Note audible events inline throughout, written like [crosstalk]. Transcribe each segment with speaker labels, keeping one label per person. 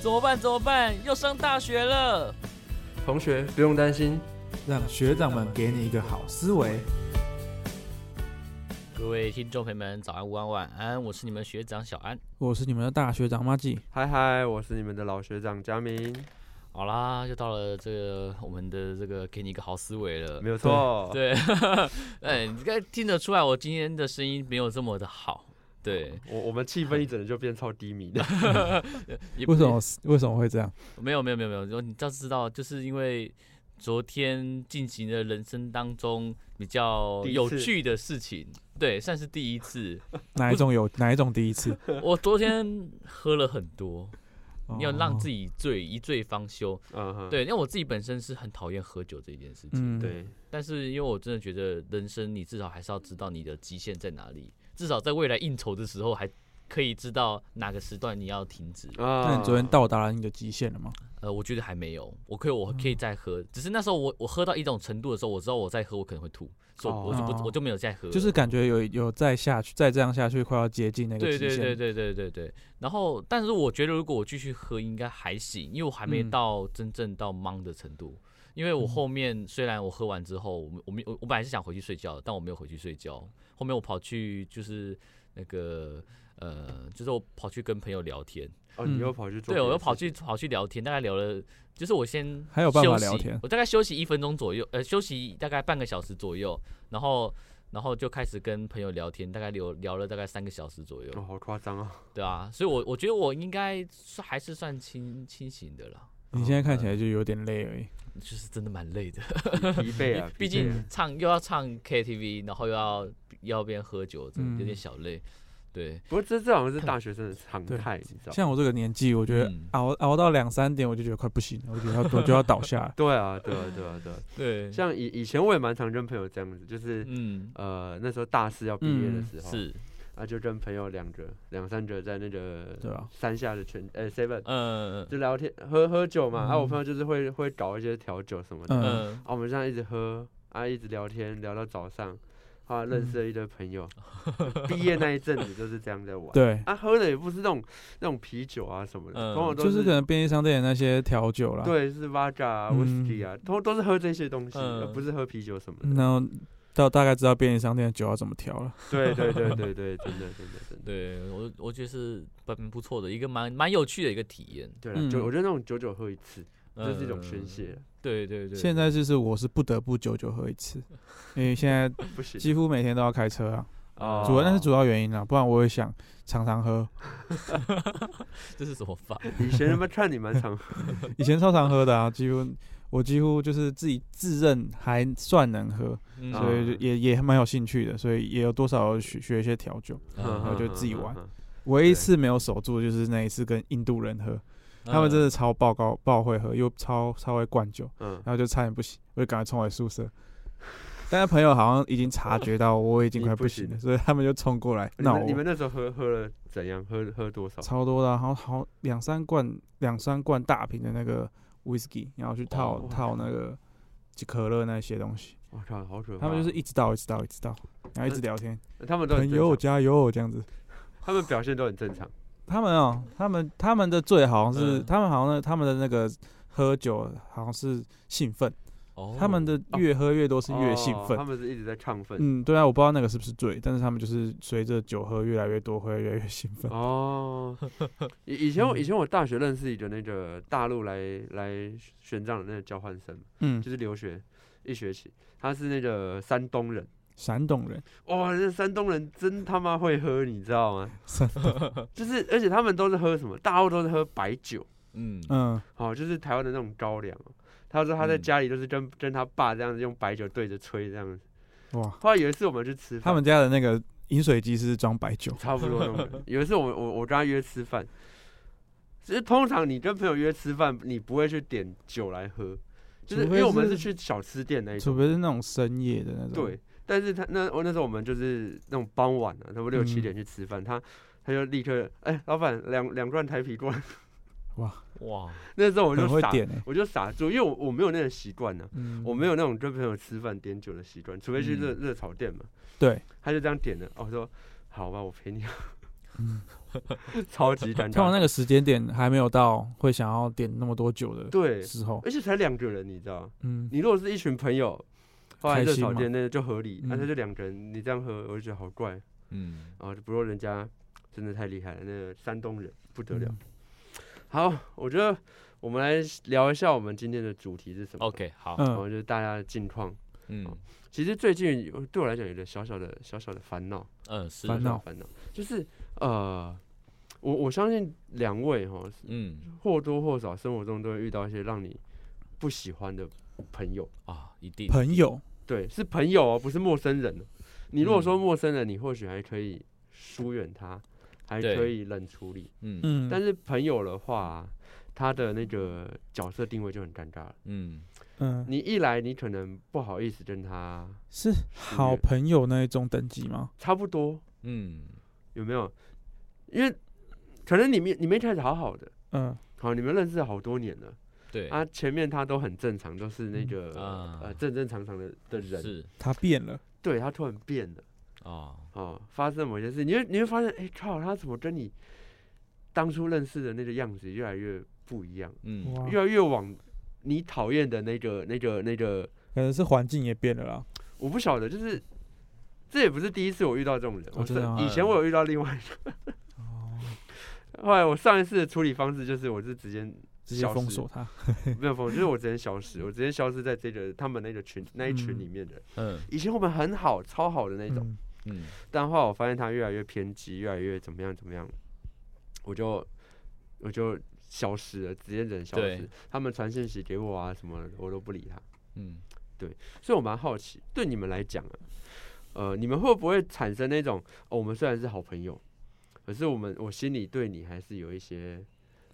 Speaker 1: 怎么办？怎么办？要上大学了！
Speaker 2: 同学不用担心，
Speaker 3: 让学长们给你一个好思维。
Speaker 1: 各位听众朋友们，早安、午安、晚安，我是你们学长小安。
Speaker 4: 我是你们的大学长马季，
Speaker 2: 嗨嗨，我是你们的老学长佳明，
Speaker 1: 好啦，又到了这个我们的这个给你一个好思维了。
Speaker 2: 没有错，
Speaker 1: 对， [laughs] 哎，你应该听得出来，我今天的声音没有这么的好。对，
Speaker 2: 我我们气氛一整就变超低
Speaker 1: [laughs]
Speaker 2: 迷的，
Speaker 1: 也不
Speaker 4: 为什么为什么会这样？
Speaker 1: 没有没有没有没有，就你要知道，就是因为昨天进行了人生当中比较
Speaker 2: 第一
Speaker 1: 有
Speaker 2: 次
Speaker 1: 趣的事情， [laughs] 对，算是第一次。
Speaker 4: 哪一种有哪一种第一
Speaker 1: [laughs]
Speaker 4: 次？
Speaker 1: 我昨天喝了很多，要让自
Speaker 4: 己
Speaker 1: 己醉，一醉方休。
Speaker 2: 嗯哼，
Speaker 1: 对，因为我自己本身是很讨厌喝酒这件事情，
Speaker 4: 嗯，
Speaker 2: 对，
Speaker 1: 但是因为我真的觉得人生，你至少还是要知道你的极限在哪里，至少在未来应酬的时候还。可以知道哪个时段你要停止，
Speaker 2: 啊
Speaker 4: 那你昨天到达了你的极限了吗？
Speaker 1: 呃，我觉得还没有，我可以，我
Speaker 4: 嗯
Speaker 1: 可以再喝，只是那时候我我喝到一种程度的时候，我知道我再喝我可能会吐，所以我就
Speaker 4: 哦
Speaker 1: 不我就没有再喝了，
Speaker 4: 就是感觉有有再下去，再这样下去快要接近那个
Speaker 1: 对
Speaker 4: 极
Speaker 1: 对
Speaker 4: 限。
Speaker 1: 对对对对对。然后，但是我觉得如果我继续喝应该还行，因为我还没
Speaker 4: 嗯
Speaker 1: 到真正到懵的程度。因为我后面虽然我喝完之后，我我没我我本来是想回去睡觉的，但我没有回去睡觉。后面我跑去就是那个呃，就是我跑去跟朋友聊天，
Speaker 2: 哦，你又跑去
Speaker 1: 嗯
Speaker 2: 做，
Speaker 1: 对我又跑去，跑去聊天，大概聊了，就是我先
Speaker 4: 还有办法
Speaker 1: 休息
Speaker 4: 聊天
Speaker 1: 我大概休息一分钟左右，呃，休息大概半个小时左右，然后然后就开始跟朋友聊天，大概聊聊了大概三个小时左右。
Speaker 2: 哦，好夸张
Speaker 1: [laughs]
Speaker 2: 哦，
Speaker 1: 对啊，所以我我觉得我应该算还是算清清醒的了，
Speaker 4: 你现在看起来就有点累而已。
Speaker 1: 就是真的蛮累的，，
Speaker 2: 疲惫啊
Speaker 1: 毕
Speaker 2: 疲惫
Speaker 1: 竟唱又要唱 KTV，然后又要要边喝酒，真的有点
Speaker 4: 嗯
Speaker 1: 小累。对，
Speaker 2: 不过这这好像是大学生的常
Speaker 4: 对
Speaker 2: 态，你知道吗？
Speaker 4: 像我这个年纪，我觉得
Speaker 1: 嗯
Speaker 4: 熬熬到两三点，我就觉得快不行了，我觉得要我就要倒
Speaker 1: [laughs]
Speaker 4: 下了。
Speaker 2: 对啊，对啊，对啊，对啊，
Speaker 1: 对，
Speaker 2: 像以以前我也蛮常跟朋友这样子，就是
Speaker 1: 嗯
Speaker 2: 呃那时候大四要毕业的
Speaker 4: 嗯
Speaker 2: 时候，
Speaker 1: 是，
Speaker 2: 啊就跟朋友两个两三个在那个
Speaker 1: [laughs]
Speaker 4: 对啊
Speaker 2: 山下的全呃 seven
Speaker 1: 嗯
Speaker 2: 就聊天喝喝酒嘛，啊我
Speaker 4: 嗯
Speaker 2: 朋友就是会会搞一些调酒什么的，
Speaker 4: 嗯
Speaker 1: 嗯，
Speaker 2: 啊，我们这样一直喝啊，一直聊天，聊到早上，啊，认识了一堆朋友。毕业那一阵子就是这样在玩。
Speaker 4: 嗯对，
Speaker 2: 啊，喝的也不是那种那种啤酒啊什么的，
Speaker 1: 嗯
Speaker 2: 通常都
Speaker 4: 就是可能便利商店的那些调酒啦，，
Speaker 2: 对是 vodka 啊、
Speaker 4: 嗯
Speaker 2: whisky 啊，通都是喝这些东西，
Speaker 1: 嗯
Speaker 2: 而不是喝啤酒什么的。
Speaker 4: 然后到大概知道便利商店的酒要怎么调了。
Speaker 2: 对对对对对，真的真的真的。
Speaker 1: 对我我觉得是蛮不错的一个蛮蛮有趣的一个体验，
Speaker 2: 对了，酒
Speaker 4: 嗯
Speaker 2: 我觉得那种久久喝一次，这是一种
Speaker 1: 嗯
Speaker 2: 宣。泄，
Speaker 1: 对对对，
Speaker 4: 现在就是我是不得不久久喝一次，因为现在
Speaker 2: 不行
Speaker 4: 几乎每天都要开车啊。
Speaker 2: 啊。
Speaker 4: 嗯主要那是主要原因啦，不然我也想常
Speaker 2: [laughs]
Speaker 4: 常喝。
Speaker 1: 这是什么
Speaker 4: [laughs]
Speaker 1: 法？
Speaker 2: 以前他妈看你蛮常喝，
Speaker 4: 以前超常喝的啊，几乎我几乎就是自己自认还算能喝，
Speaker 1: 嗯
Speaker 2: 啊
Speaker 4: 所以就也也蛮有兴趣的，所以也有多少有学学一些调酒。
Speaker 2: [laughs] 嗯
Speaker 4: 后
Speaker 2: 哼
Speaker 4: 就
Speaker 2: 哼
Speaker 4: 自己
Speaker 2: 哼
Speaker 4: 玩
Speaker 2: 哼
Speaker 4: 唯一一次没有守住就是那一次跟印度人喝，
Speaker 2: 嗯
Speaker 4: 他
Speaker 1: 嗯
Speaker 4: 们真的超爆高爆会喝，又超超会灌酒， [laughs]
Speaker 2: 嗯，
Speaker 4: 然后就差点不行，我就赶快冲回宿舍。但是朋友好像已经察觉到我已经快不行
Speaker 2: 你不行
Speaker 4: 了，所以他们就冲过来
Speaker 2: 你
Speaker 4: 闹
Speaker 2: 们你
Speaker 4: 我，
Speaker 2: 们那时候喝喝了怎样？喝喝多少？
Speaker 4: 超多的啊、好好两三罐两三罐大瓶的那个 whisky，然后去套、
Speaker 2: 哦
Speaker 4: 套那个可乐那些东西。
Speaker 2: 我靠，好可怕！哦
Speaker 4: 他们就是一直倒，一直倒，一直倒，然后一直聊天，
Speaker 2: 他们都很
Speaker 4: 朋
Speaker 2: 正常
Speaker 4: 友加油这样子。
Speaker 2: 他们表现都很正常。
Speaker 4: 他们哦，他们他们的罪好像是，
Speaker 1: 嗯
Speaker 4: 他们好像他们的那个喝酒好像是兴奋，
Speaker 1: 哦
Speaker 4: 他们的越喝越 [laughs] 多是越兴
Speaker 2: 哦啊哦
Speaker 4: 奋
Speaker 2: 他。们是一直在亢奋。
Speaker 4: 嗯，对啊，我不知道那个是不是醉，但是他们就是随着酒喝越来越多，会越来越兴奋。
Speaker 2: 哦，
Speaker 4: [laughs]
Speaker 2: 以以前我
Speaker 4: 嗯
Speaker 2: 以前我大学认识一个那个大陆来来玄奘的那个交换生，
Speaker 4: 嗯，
Speaker 2: 就是留学一学期，他是那个山东人，
Speaker 4: 山东人，
Speaker 2: 哇，那山东人真他妈会喝，你知道吗？
Speaker 4: 山
Speaker 2: 就是而且他们都是喝什么，大陆都是喝白酒，
Speaker 1: 嗯
Speaker 4: 嗯，
Speaker 2: 哦，就是台湾的那种高粱。哦他说他在
Speaker 1: 嗯
Speaker 2: 家里都是跟、跟他爸这样子用白酒对着吹这样子。
Speaker 4: 哇，
Speaker 2: 后来有一次我们去吃饭，
Speaker 4: 他们家的那个饮水机是装白酒，
Speaker 2: 差不多那种人。有一次我们我我跟他约吃饭，其实通常你跟朋友约吃饭，你不会去点酒来喝，就是因
Speaker 4: 除非
Speaker 2: 为我们是
Speaker 4: 是
Speaker 2: 去小吃店那一种。
Speaker 4: 除非是那种深夜的那种。
Speaker 2: 对，，但是他那我那时候我们就是那种傍晚啊，差不多六七
Speaker 4: 嗯
Speaker 2: 点去吃饭，他他就立刻哎、老板两两罐台啤罐，
Speaker 1: 哇，
Speaker 2: [laughs] 那时候我
Speaker 4: 很
Speaker 2: 就
Speaker 4: 会
Speaker 2: 傻，
Speaker 4: 点诶。
Speaker 2: 我就傻住，因为我我没有那个习惯啊呢。
Speaker 4: 嗯，
Speaker 2: 我没有那种跟朋友吃饭点酒的习惯，除非去
Speaker 1: 嗯
Speaker 2: 热热炒店嘛。
Speaker 4: 对，
Speaker 2: 他就这样点了，哦我说好吧，我陪你。 [laughs] 超级尴
Speaker 4: 嗯通常那
Speaker 2: 尬。
Speaker 4: 个时间点还没有到，会想要点那么多酒的
Speaker 2: 对，
Speaker 4: 时候，
Speaker 2: 而且才两个人，你知道？
Speaker 4: 嗯，
Speaker 2: 你如果是一群朋友，后来
Speaker 4: 开
Speaker 2: 热
Speaker 4: 心
Speaker 2: 炒
Speaker 4: 嘛
Speaker 2: 店那就合理，
Speaker 4: 嗯
Speaker 2: 但是就两个人，你这样喝，我就觉得好怪。
Speaker 1: 嗯，
Speaker 2: 然后不过人家真的太厉害了，那个山东人不得了。
Speaker 4: 嗯
Speaker 2: 好，我觉得我们来聊一下我们今天的主题是什么。
Speaker 1: OK，好，
Speaker 2: 然后
Speaker 4: 嗯，
Speaker 2: 就是大家的近况。
Speaker 1: 嗯
Speaker 2: 其实最近有对我来讲有点小小的小小的烦恼，
Speaker 1: 嗯是，
Speaker 4: 烦
Speaker 2: 小小的
Speaker 4: 恼
Speaker 2: 烦恼就是呃，我我相信两位哈，
Speaker 1: 嗯
Speaker 2: 或多或少生活中都会遇到一些让你不喜欢的朋友。
Speaker 1: 啊，一定
Speaker 4: 朋友，
Speaker 2: 对，是朋友哦，不是陌生人哦。你如果说
Speaker 1: 嗯
Speaker 2: 陌生人，你或许还可以疏远他，还
Speaker 1: 对
Speaker 2: 可以冷处理。
Speaker 1: 嗯
Speaker 4: 嗯，
Speaker 2: 但是朋友的话，啊他的那个角色定位就很尴尬了。
Speaker 1: 嗯
Speaker 4: 嗯，
Speaker 2: 你一来，你可能不好意思跟他
Speaker 4: 是好朋友那一种等级吗？
Speaker 2: 差不多，
Speaker 1: 嗯
Speaker 2: 有没有？因为可能你们你们一开始好好的，
Speaker 4: 嗯，
Speaker 2: 好，你们认识好多年了
Speaker 1: 对
Speaker 2: 啊，前面他都很正常，都是那
Speaker 4: 嗯
Speaker 2: 个、
Speaker 1: 啊
Speaker 2: 呃正正常常的的人，
Speaker 1: 是
Speaker 4: 他变了，
Speaker 2: 对他突然变了。
Speaker 1: 啊
Speaker 2: 哦，发生某些事，你会你会发现，哎、靠，他怎么跟你当初认识的那个样子越来越不一样，
Speaker 1: 嗯
Speaker 4: 哇，
Speaker 2: 越来越往你讨厌的那个、那个、那个，
Speaker 4: 可能是环境也变了啦，
Speaker 2: 我不晓得，就是这也不是第一次我遇到这种人，
Speaker 4: 哦
Speaker 2: 我是
Speaker 4: 真的吗
Speaker 2: 以前我有遇到另外一哦个，后来我上一次的处理方式就是我是直接
Speaker 4: 直接
Speaker 2: 消
Speaker 4: 封
Speaker 2: 失
Speaker 4: 锁他，
Speaker 2: 没有封，就是我直接消失，我直接消失在这个他们那个群那一群
Speaker 4: 嗯
Speaker 2: 里面的人。
Speaker 1: 嗯
Speaker 2: 以前我们很好，超好的那种。
Speaker 4: 嗯，
Speaker 1: 嗯
Speaker 2: 但后来我发现他越来越偏激，越来越怎么样怎么样，我就我就消失了，直接人消失
Speaker 1: 对。
Speaker 2: 他们传信息给我啊什么的，我都不理他。
Speaker 1: 嗯
Speaker 2: 所以我蛮好奇，对你们来讲啊，呃，你们会不会产生那种、哦我们虽然是好朋友，可是我们我心里对你还是有一些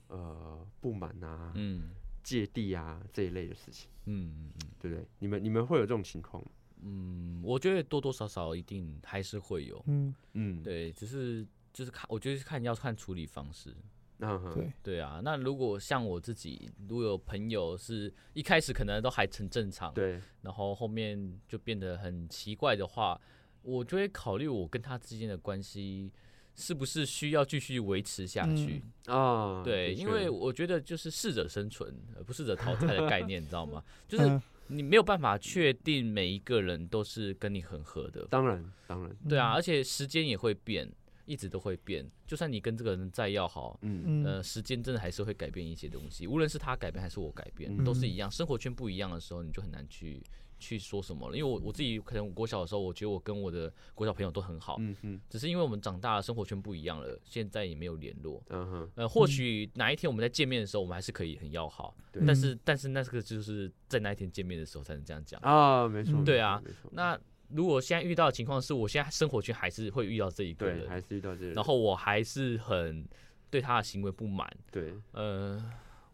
Speaker 2: 呃不满啊、
Speaker 1: 嗯
Speaker 2: 芥蒂啊这一类的事情，
Speaker 1: 嗯嗯。
Speaker 2: 对不对？你们你们会有这种情况吗？
Speaker 1: 嗯，我觉得多多少少一定还是会有，
Speaker 4: 嗯，
Speaker 2: 嗯，，
Speaker 1: 对，只是就是看，我觉得是看要看处理方式。
Speaker 2: 那嗯哼
Speaker 4: 嗯对，
Speaker 1: 对啊，那如果像我自己，如果有朋友是一开始可能都还很正常，
Speaker 2: 对，
Speaker 1: 然后后面就变得很奇怪的话，我就会考虑我跟他之间的关系是不是需要继续维持下去。
Speaker 2: 啊，
Speaker 1: 对，
Speaker 2: 的
Speaker 1: 因
Speaker 2: 确
Speaker 1: 为我觉得就是适者生存，而不适者淘汰的概念，你知
Speaker 2: [laughs]
Speaker 1: 道吗？就
Speaker 4: 就是
Speaker 2: 嗯
Speaker 1: 你没有办法确定每一个人都是跟你很合的，
Speaker 2: 当然当然，
Speaker 1: 对
Speaker 4: 嗯
Speaker 1: 啊，，而且时间也会变，一直都会变。就算你跟这个人再要好，
Speaker 2: 嗯
Speaker 4: 嗯
Speaker 1: 呃，时间真的还是会改变一些东西，无论是他改变还是我改变，
Speaker 2: 嗯
Speaker 1: 都是一样。生活圈不一样的时候，你就很难去去说什么了。因为我我自己可能我国小的时候，我觉得我跟我的国小朋友都很好，
Speaker 2: 嗯哼，
Speaker 1: 只是因为我们长大了，生活圈不一样了，现在也没有联络。
Speaker 2: 嗯哼，
Speaker 1: 呃，或许哪一天我们在见面的时候，我们还是可以很要好，
Speaker 2: 对嗯
Speaker 1: 但是但是那个就是在那一天见面的时候才能这样讲。
Speaker 2: 啊，没错，
Speaker 4: 嗯
Speaker 1: 对啊
Speaker 2: 没错，没错
Speaker 1: 那如果现在遇到的情况是我现在生活圈还是会遇到这一个
Speaker 2: 对
Speaker 1: 人，
Speaker 2: 还是遇到这个，
Speaker 1: 然后我还是很对他的行为不满。
Speaker 2: 对，
Speaker 1: 呃，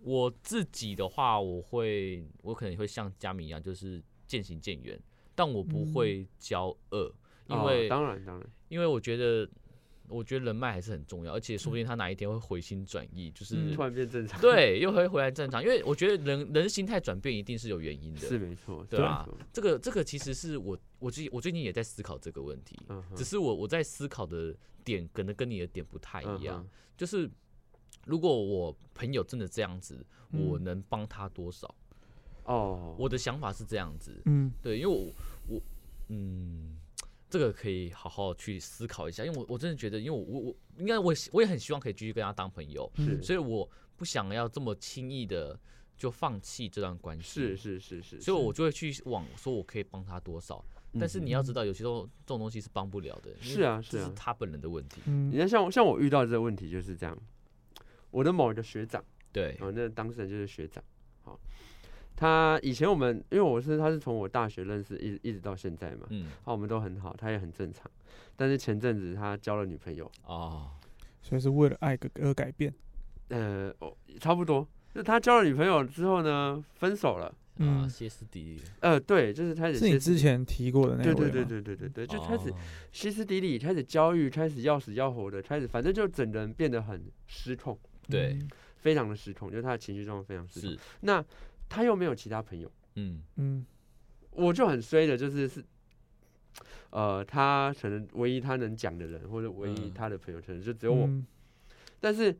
Speaker 1: 我自己的话，我会我可能会像佳明一样，就是渐行渐远，但我不会交恶，因
Speaker 2: 嗯哦
Speaker 1: 为、
Speaker 2: 当然当然，
Speaker 1: 因为我觉得我觉得人脉还是很重要，而且
Speaker 2: 嗯
Speaker 1: 说不定他哪一天会回心转意，就是、
Speaker 4: 嗯
Speaker 2: 突然变正常，
Speaker 1: 对又会回来正常，因为我觉得人人心态转变一定是有原因
Speaker 2: 是
Speaker 1: 的。
Speaker 2: 没错，
Speaker 1: 对
Speaker 2: 是
Speaker 1: 啊
Speaker 2: 没错，
Speaker 1: 这个这个其实是我我最我最近也在思考这个问题，
Speaker 2: 嗯哼，
Speaker 1: 只是我我在思考的点可能跟你的点不太一样
Speaker 2: 嗯。哼，
Speaker 1: 就是如果我朋友真的这样子，
Speaker 4: 嗯
Speaker 1: 我能帮他多少？
Speaker 2: 哦，
Speaker 1: 我的想法是这样子，
Speaker 4: 嗯
Speaker 1: 对，因为我我嗯，这个可以好好去思考一下，因为我我真的觉得，因为我我我应该我也我也很希望可以继续跟他当朋友，
Speaker 4: 嗯
Speaker 2: 是
Speaker 1: 所以我不想要这么轻易的就放弃这段关系
Speaker 2: 是，是是是，嗯
Speaker 1: 所以我就会去往说我可以帮他多少，但是你要知道，有些时候这种东西是帮不了的，因
Speaker 2: 是
Speaker 1: 为
Speaker 2: 啊是
Speaker 1: 这是
Speaker 2: 啊，
Speaker 1: 他本人的问题，
Speaker 2: 你
Speaker 4: 嗯，
Speaker 2: 看像像我遇到这个问题就是这样，我的某一个学长，
Speaker 1: 对，
Speaker 2: 哦，那当事人就是学长，好，他以前我们因为我是他是从我大学认识一直一直到现在嘛，
Speaker 1: 嗯，
Speaker 2: 啊，我们都很好，他也很正常，但是前阵子他交了女朋友。
Speaker 1: 哦，
Speaker 4: 所以是为了爱而改变，
Speaker 2: 呃，哦，差不多。就他交了女朋友之后呢，分手了。
Speaker 1: 啊，
Speaker 4: 嗯
Speaker 1: 歇斯底里，
Speaker 2: 呃，对，就是开始
Speaker 4: 是
Speaker 2: 歇
Speaker 4: 你
Speaker 2: 斯
Speaker 4: 之前提过的那
Speaker 2: 对对
Speaker 4: 位
Speaker 2: 对
Speaker 4: 吗，
Speaker 2: 对对对呃对，就开始
Speaker 1: 哦
Speaker 2: 歇斯底里，开始焦虑，开始要死要活的，开始反正就整个人变得很失控，
Speaker 1: 对
Speaker 4: 嗯，
Speaker 2: 非常的失控，就是他的情绪状况非常失控。
Speaker 1: 是，
Speaker 2: 那他又没有其他朋友，
Speaker 1: 嗯
Speaker 4: 嗯
Speaker 2: 我就很衰的，就是是呃，他可能唯一他能讲的人，或者唯一
Speaker 1: 嗯
Speaker 2: 他的朋友，可能就只有我。
Speaker 4: 嗯
Speaker 2: 但是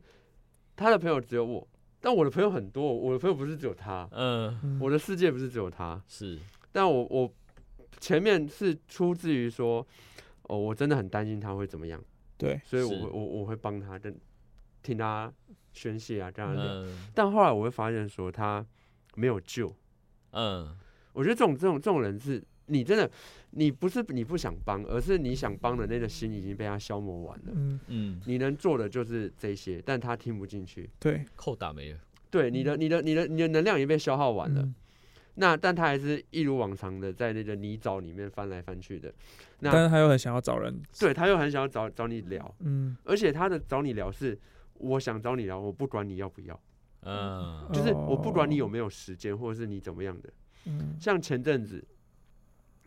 Speaker 2: 他的朋友只有我，但我的朋友很多，我的朋友不是只有他，
Speaker 1: 嗯，
Speaker 4: 嗯
Speaker 2: 我的世界不是只有他。
Speaker 1: 是，
Speaker 2: 但我我前面是出自于说，哦，我真的很担心他会怎么样，
Speaker 4: 对，
Speaker 2: 所以我
Speaker 1: 是
Speaker 2: 会我我会帮他跟听他宣泄啊，这样聊。
Speaker 1: 嗯
Speaker 2: 但后来我会发现说他没有救，
Speaker 1: 嗯，
Speaker 2: 我觉得这种这种这种人是。你真的，你不是你不想帮，而是你想帮的那个心已经被他消磨完了。
Speaker 4: 嗯，
Speaker 1: 嗯，
Speaker 2: 你能做的就是这些，但他听不进去。
Speaker 4: 对，
Speaker 1: 扣打没了，
Speaker 2: 对，你的、你的、你的、你的能量已经被消耗完了。
Speaker 4: 嗯
Speaker 2: 那但他还是一如往常的在那个泥沼里面翻来翻去的。那
Speaker 4: 但是他又很想要找人，
Speaker 2: 对，他又很想要找找你聊，
Speaker 4: 嗯，
Speaker 2: 而且他的找你聊是，我想找你聊，我不管你要不要，
Speaker 1: 嗯，
Speaker 2: 就是我不管你有
Speaker 4: 哦，
Speaker 2: 没有时间，或者是你怎么样的。
Speaker 4: 嗯
Speaker 2: 像前阵子，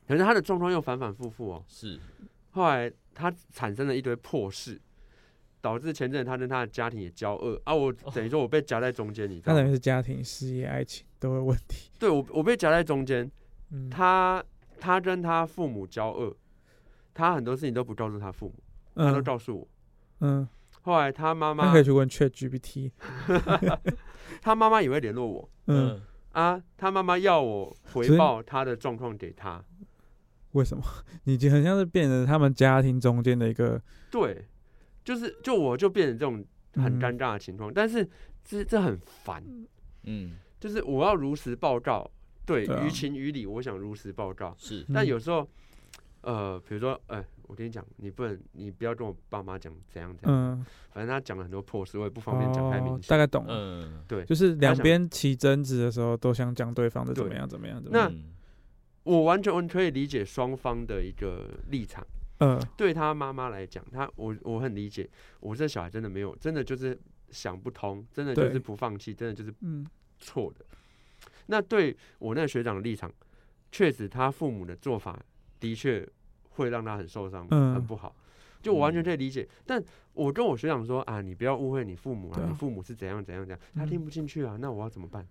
Speaker 2: 可是他的状况又反反复复哦，
Speaker 1: 是，
Speaker 2: 后来他产生了一堆破事，导致前阵子他跟他的家庭也交恶啊，我
Speaker 1: 哦
Speaker 2: 等于说我被夹在中间，你知
Speaker 4: 他
Speaker 2: 道
Speaker 4: 等
Speaker 2: 吗？
Speaker 4: 于是家庭、事业、爱情都会有问题，
Speaker 2: 对我我被夹在中间，
Speaker 4: 嗯，
Speaker 2: 他他跟他父母交恶，他很多事情都不告诉他父母，他都
Speaker 4: 嗯
Speaker 2: 告诉我。
Speaker 4: 嗯，
Speaker 2: 后来他妈
Speaker 4: 他
Speaker 2: 妈
Speaker 4: 可以，去问 Chat GPT，
Speaker 2: 他妈妈也会联络我，
Speaker 4: 嗯，
Speaker 1: 嗯，
Speaker 2: 啊，他妈妈要我
Speaker 4: 所
Speaker 2: 回
Speaker 4: 以
Speaker 2: 报他的状况给他。
Speaker 4: 为什么？你已经很像是变成他们家庭中间的一个
Speaker 2: 对，就是就我就变成这种很
Speaker 4: 嗯
Speaker 2: 尴尬的情况，但是这这很烦，
Speaker 1: 嗯，
Speaker 2: 就是我要如实报告，对，
Speaker 4: 对啊
Speaker 2: 于情于理，我想如实报告。
Speaker 1: 是，
Speaker 2: 但
Speaker 4: 嗯
Speaker 2: 有时候，呃，比如说，哎、我跟你讲，你不能，你不要跟我爸妈讲怎样怎样，
Speaker 4: 嗯，
Speaker 2: 反正他讲了很多破事，我也不方便讲太明
Speaker 4: 哦，
Speaker 2: 显。
Speaker 4: 大概懂了，
Speaker 1: 嗯，
Speaker 4: 就是两
Speaker 2: 想
Speaker 4: 边起争执的时候都想讲对方的怎么
Speaker 2: 对
Speaker 4: 样怎么样怎么样，
Speaker 2: 那
Speaker 1: 嗯
Speaker 2: 我完全可以理解双方的一个立场。
Speaker 4: 嗯
Speaker 2: 对他妈妈来讲，他我我很理解，我这小孩真的没有，真的就是想不通，真的就
Speaker 4: 对
Speaker 2: 是不放弃，真的就是
Speaker 4: 嗯
Speaker 2: 错的。那对我那个学长的立场，确实他父母的做法的确会让他很受伤，
Speaker 4: 嗯
Speaker 2: 很不好。就我完全
Speaker 1: 嗯
Speaker 2: 可以理解，但我跟我学长说啊，你不要误会你父母啊，
Speaker 4: 对啊
Speaker 2: 你父母是怎样怎样怎样，他
Speaker 4: 嗯
Speaker 2: 听不进去啊，那我要怎么办？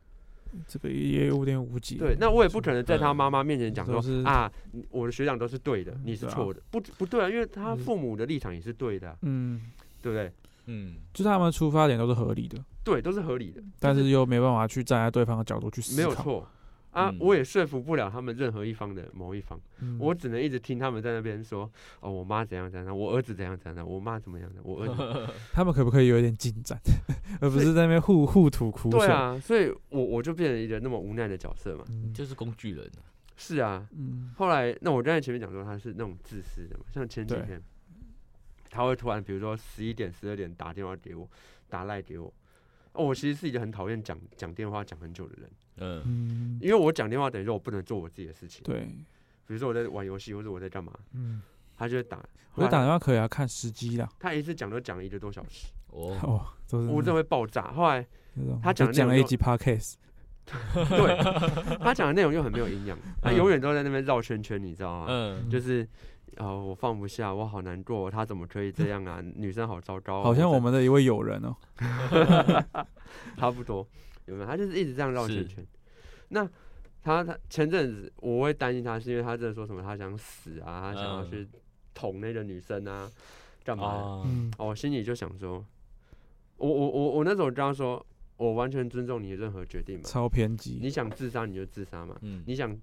Speaker 4: 这个也有点无解，
Speaker 2: 对，那我也不可能在他
Speaker 1: 嗯
Speaker 2: 妈妈面前讲说
Speaker 4: 都是
Speaker 2: 啊，你我的学长都是对的，你是
Speaker 4: 对啊
Speaker 2: 错的，不不对啊，因为他
Speaker 4: 嗯
Speaker 2: 父母的立场也是对的啊、
Speaker 4: 嗯，
Speaker 2: 对不对？
Speaker 1: 嗯，
Speaker 4: 就是他们出发点都是合理的，
Speaker 2: 对，都是合理的，
Speaker 4: 但是又没办法去站在对方的角度去思考，
Speaker 2: 没有错啊、
Speaker 1: 嗯
Speaker 2: 我也说服不了他们任何一方的某一方，
Speaker 4: 嗯，
Speaker 2: 我只能一直听他们在那边说，哦，我妈怎样怎样，我儿子怎样怎样，我妈怎么样的，我儿
Speaker 4: [laughs]
Speaker 2: 子。
Speaker 4: 他们可不可以有一点进展， [laughs] 而不是在那边互互吐苦水？
Speaker 2: 对啊，所以我我就变成一个那么无奈的角色嘛。
Speaker 4: 嗯，
Speaker 1: 就是工具人啊，
Speaker 2: 是啊，
Speaker 4: 嗯
Speaker 2: 后来那我刚才前面讲说他是那种自私的嘛，像前几
Speaker 4: 对
Speaker 2: 天，他会突然比如说十一点十二点打电话给我，打赖给我。哦，我其实是一个很讨厌讲讲电话讲很久的人，
Speaker 1: 嗯
Speaker 4: 嗯，
Speaker 2: 因为我讲电话等于说我不能做我自己的事情，
Speaker 4: 对，
Speaker 2: 比如说我在玩游戏或者我在干嘛，
Speaker 4: 嗯，
Speaker 2: 他就会打。
Speaker 4: 我觉得打电话可以啊，看时机啦。 [laughs]
Speaker 2: 他一次讲都讲了一个多小时，
Speaker 1: 哦，
Speaker 4: 哦，都是
Speaker 2: 我真的会爆炸。后来
Speaker 4: 那种
Speaker 2: 他
Speaker 4: 就
Speaker 2: 讲的内
Speaker 4: 讲了
Speaker 2: 容
Speaker 4: 一
Speaker 2: 就
Speaker 4: 集 podcast，
Speaker 2: 对他讲的内容又很没有营养，他
Speaker 1: 嗯
Speaker 2: 永远都在那边绕圈圈，你知道吗？
Speaker 1: 嗯，
Speaker 2: 就是呃，我放不下，我好难过，他怎么可以这样啊？女生好糟糕啊、
Speaker 4: 好像我
Speaker 2: 们
Speaker 4: 们的一位友人哦，
Speaker 2: 差不多有没有？他就是一直这样绕圈
Speaker 1: 是
Speaker 2: 圈。那他他前阵子我会担心他，是因为他真的说什么他想死啊，他想要
Speaker 1: 嗯
Speaker 2: 去捅那个女生啊，干嘛的？
Speaker 1: 啊，
Speaker 4: 嗯，
Speaker 2: 哦，我心里就想说，我我我我那时候跟他说，我完全尊重你的任何决定嘛，
Speaker 4: 超偏激，
Speaker 2: 你想自杀你就自杀嘛，
Speaker 1: 嗯，
Speaker 2: 你想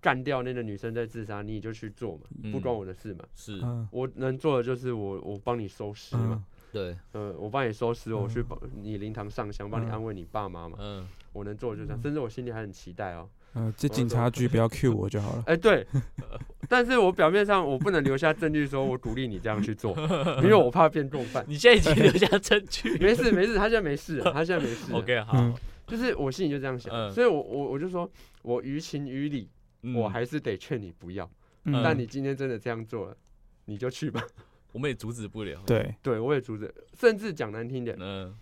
Speaker 2: 干掉那个女生再自杀你就去做嘛，不关
Speaker 1: 嗯
Speaker 2: 我的事嘛。
Speaker 1: 是，
Speaker 4: 嗯
Speaker 2: 我能做的就是我我帮你收尸嘛
Speaker 4: 嗯，，
Speaker 1: 对，
Speaker 2: 呃，我帮你收尸，我去
Speaker 4: 嗯
Speaker 2: 帮你灵堂上香，帮你
Speaker 4: 嗯
Speaker 2: 安慰你爸妈嘛。
Speaker 1: 嗯，
Speaker 2: 我能做的就这样，甚至我心里还很期待哦。
Speaker 4: 呃，这警察局
Speaker 2: [laughs]
Speaker 4: 不要 cue 我就好了。
Speaker 2: 哎，对，但是我表面上我不能留下证据说我鼓励你这样去做，因为我怕变共犯。
Speaker 1: 你现在已经留下证 [laughs] 据
Speaker 2: [laughs] 没事没事，他现在没事了，他现在没事了。
Speaker 1: [laughs] ，OK，好，
Speaker 4: 嗯
Speaker 2: 就是我心里就这样想，
Speaker 1: 嗯
Speaker 2: 所以我我我就说，我于情于理，
Speaker 1: 嗯
Speaker 2: 我还是得劝你不要。
Speaker 4: 嗯
Speaker 2: 但你今天真的这样做了，你就去
Speaker 1: 嗯
Speaker 2: 吧。
Speaker 1: 我们也阻止不了，，
Speaker 4: 对，
Speaker 2: 对我也阻止，甚至讲难听点，
Speaker 1: 嗯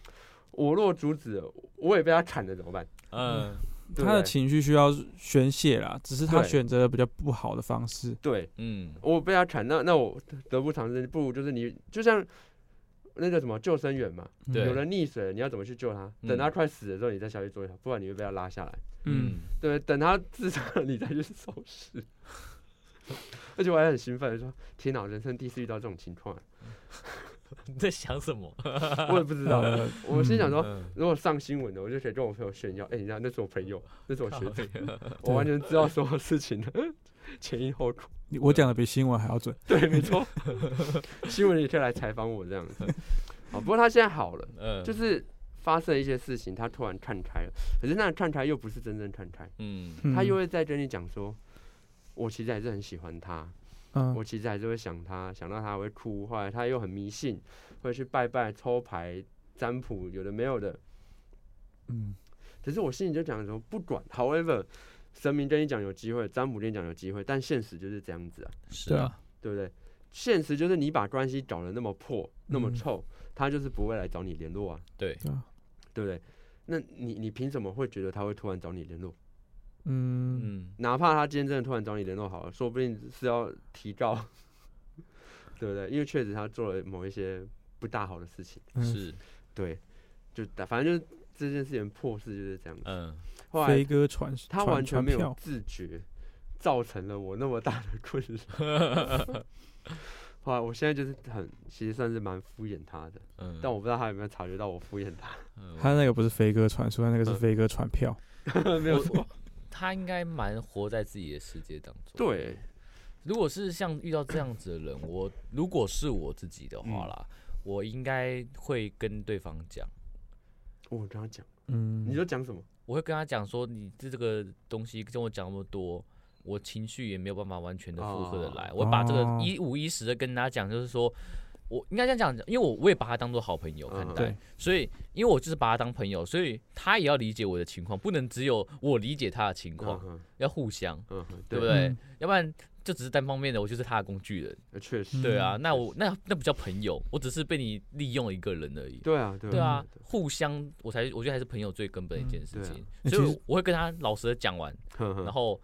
Speaker 2: 我若阻止了，我也被他砍了怎么办？
Speaker 1: 嗯
Speaker 2: 对不
Speaker 4: 他的
Speaker 2: 对
Speaker 4: 情绪需要宣泄啦，只是他
Speaker 2: 对
Speaker 4: 选择了比较不好的方式。
Speaker 2: 对
Speaker 1: 嗯，
Speaker 2: 我被他砍，那那我得不偿失，不如就是你就像。那个什么救生员嘛，
Speaker 1: 对
Speaker 2: 有人溺水了，你要怎么去救他？
Speaker 1: 嗯
Speaker 2: 等他快死的时候，你再下去救他，不然你会被他拉下来。
Speaker 4: 嗯，
Speaker 2: 对，等他自杀了，你再去收拾。而且我还很兴奋，说天哪，我人生第一次遇到这种情况，
Speaker 1: [laughs]
Speaker 2: 啊
Speaker 1: 你在想什么？
Speaker 2: 我也不知道。
Speaker 4: [laughs] 呃
Speaker 2: 我心想说，
Speaker 1: [laughs] 嗯
Speaker 2: 如果上新闻的，我就可以跟我朋友炫耀，哎、你知道那是我朋友，那是我学长，我
Speaker 4: 对
Speaker 2: 完全知道所有事情的前因后果。
Speaker 4: 你我讲的比新闻还要准。
Speaker 2: 对，没错， [laughs] 新闻也可以来采访我这样子。啊，不过他现在好了，
Speaker 1: 嗯，
Speaker 2: 就是发生了一些事情，他突然看开了，可是那个看开又不是真正看开，
Speaker 1: 嗯
Speaker 4: 嗯
Speaker 2: 他又会再跟你讲说，我其实还是很喜欢他，
Speaker 4: 嗯
Speaker 2: 我其实还是会想他，想到他会哭，后来他又很迷信，会去拜拜、抽牌、占卜，有的没有的。
Speaker 4: 嗯，
Speaker 2: 可是我心里就讲说，不管，however，神明跟你讲有机会，占卜跟你讲有机会，但现实就是这样子啊，
Speaker 1: 是
Speaker 4: 对
Speaker 1: 啊
Speaker 4: 啊，
Speaker 2: 对不对？现实就是你把关系搞得那么破、那么
Speaker 4: 嗯
Speaker 2: 臭，他就是不会来找你联络啊，
Speaker 1: 对，
Speaker 4: 对啊，
Speaker 2: 对不对？那你你凭什么会觉得他会突然找你联络？
Speaker 4: 嗯，
Speaker 1: 嗯，
Speaker 2: 哪怕他今天真的突然找你联络好了，说不定是要提告， [laughs] 对不对？因为确实他做了某一些不大好的事情，
Speaker 4: 嗯
Speaker 1: 是，
Speaker 2: 对，就反正就是这件事情破事就是这样。
Speaker 1: 嗯， [laughs]
Speaker 2: 后来
Speaker 4: 飞鸽传
Speaker 2: 他
Speaker 4: 传
Speaker 2: 完全
Speaker 4: 传
Speaker 2: 没有
Speaker 4: 票，
Speaker 2: 自觉，造成了我那么大的困 [laughs] 扰。
Speaker 1: 嗯
Speaker 2: 后来我现在就是很，其实算是蛮敷衍他的，
Speaker 1: 嗯，
Speaker 2: 但我不知道他有没有察觉到我敷衍他。
Speaker 1: 嗯
Speaker 4: 他那个不是飞鸽传书，他那个是
Speaker 2: 嗯
Speaker 4: 飞鸽传票。
Speaker 2: 没有
Speaker 1: 我
Speaker 2: 错，
Speaker 1: [laughs] 他应该蛮活在自己的世界当中。，
Speaker 2: 对，
Speaker 1: 如果是像遇到这样子的人，我如果是我自己的话啦，我应该会跟对方讲，
Speaker 2: 我跟他讲，
Speaker 4: 嗯，
Speaker 2: 你说讲什么？
Speaker 1: 我会跟他讲说，你这这个东西跟我讲那么多。我情绪也没有办法完全的负荷的来，我把这个
Speaker 4: 哦
Speaker 1: 一五一十的跟他讲，就是说，我应该这样讲，因为我我也把他当做好朋友看
Speaker 2: 嗯
Speaker 1: 待，
Speaker 4: 对，
Speaker 1: 所以因为我就是把他当朋友，所以他也要理解我的情况，不能只有我理解他的情
Speaker 2: 嗯
Speaker 1: 况，
Speaker 2: 哼，
Speaker 1: 要互相。
Speaker 2: 嗯哼，
Speaker 1: 对
Speaker 2: 对
Speaker 1: 不对
Speaker 4: 嗯？
Speaker 1: 要不然就只是单方面的，我就是他的工具人。
Speaker 2: 呃确实，
Speaker 4: 嗯
Speaker 1: 对啊，那我那那不叫朋友，我只是被你利用一个人而已。
Speaker 2: 对啊，对
Speaker 1: 对啊，互相我才我觉得还是朋友最根本的一件事情，
Speaker 4: 嗯
Speaker 1: 所
Speaker 4: 嗯对啊那其
Speaker 1: 以
Speaker 4: 实嗯
Speaker 1: 我会跟他老实的讲完，
Speaker 2: 哼
Speaker 1: 然
Speaker 2: 哼，
Speaker 1: 后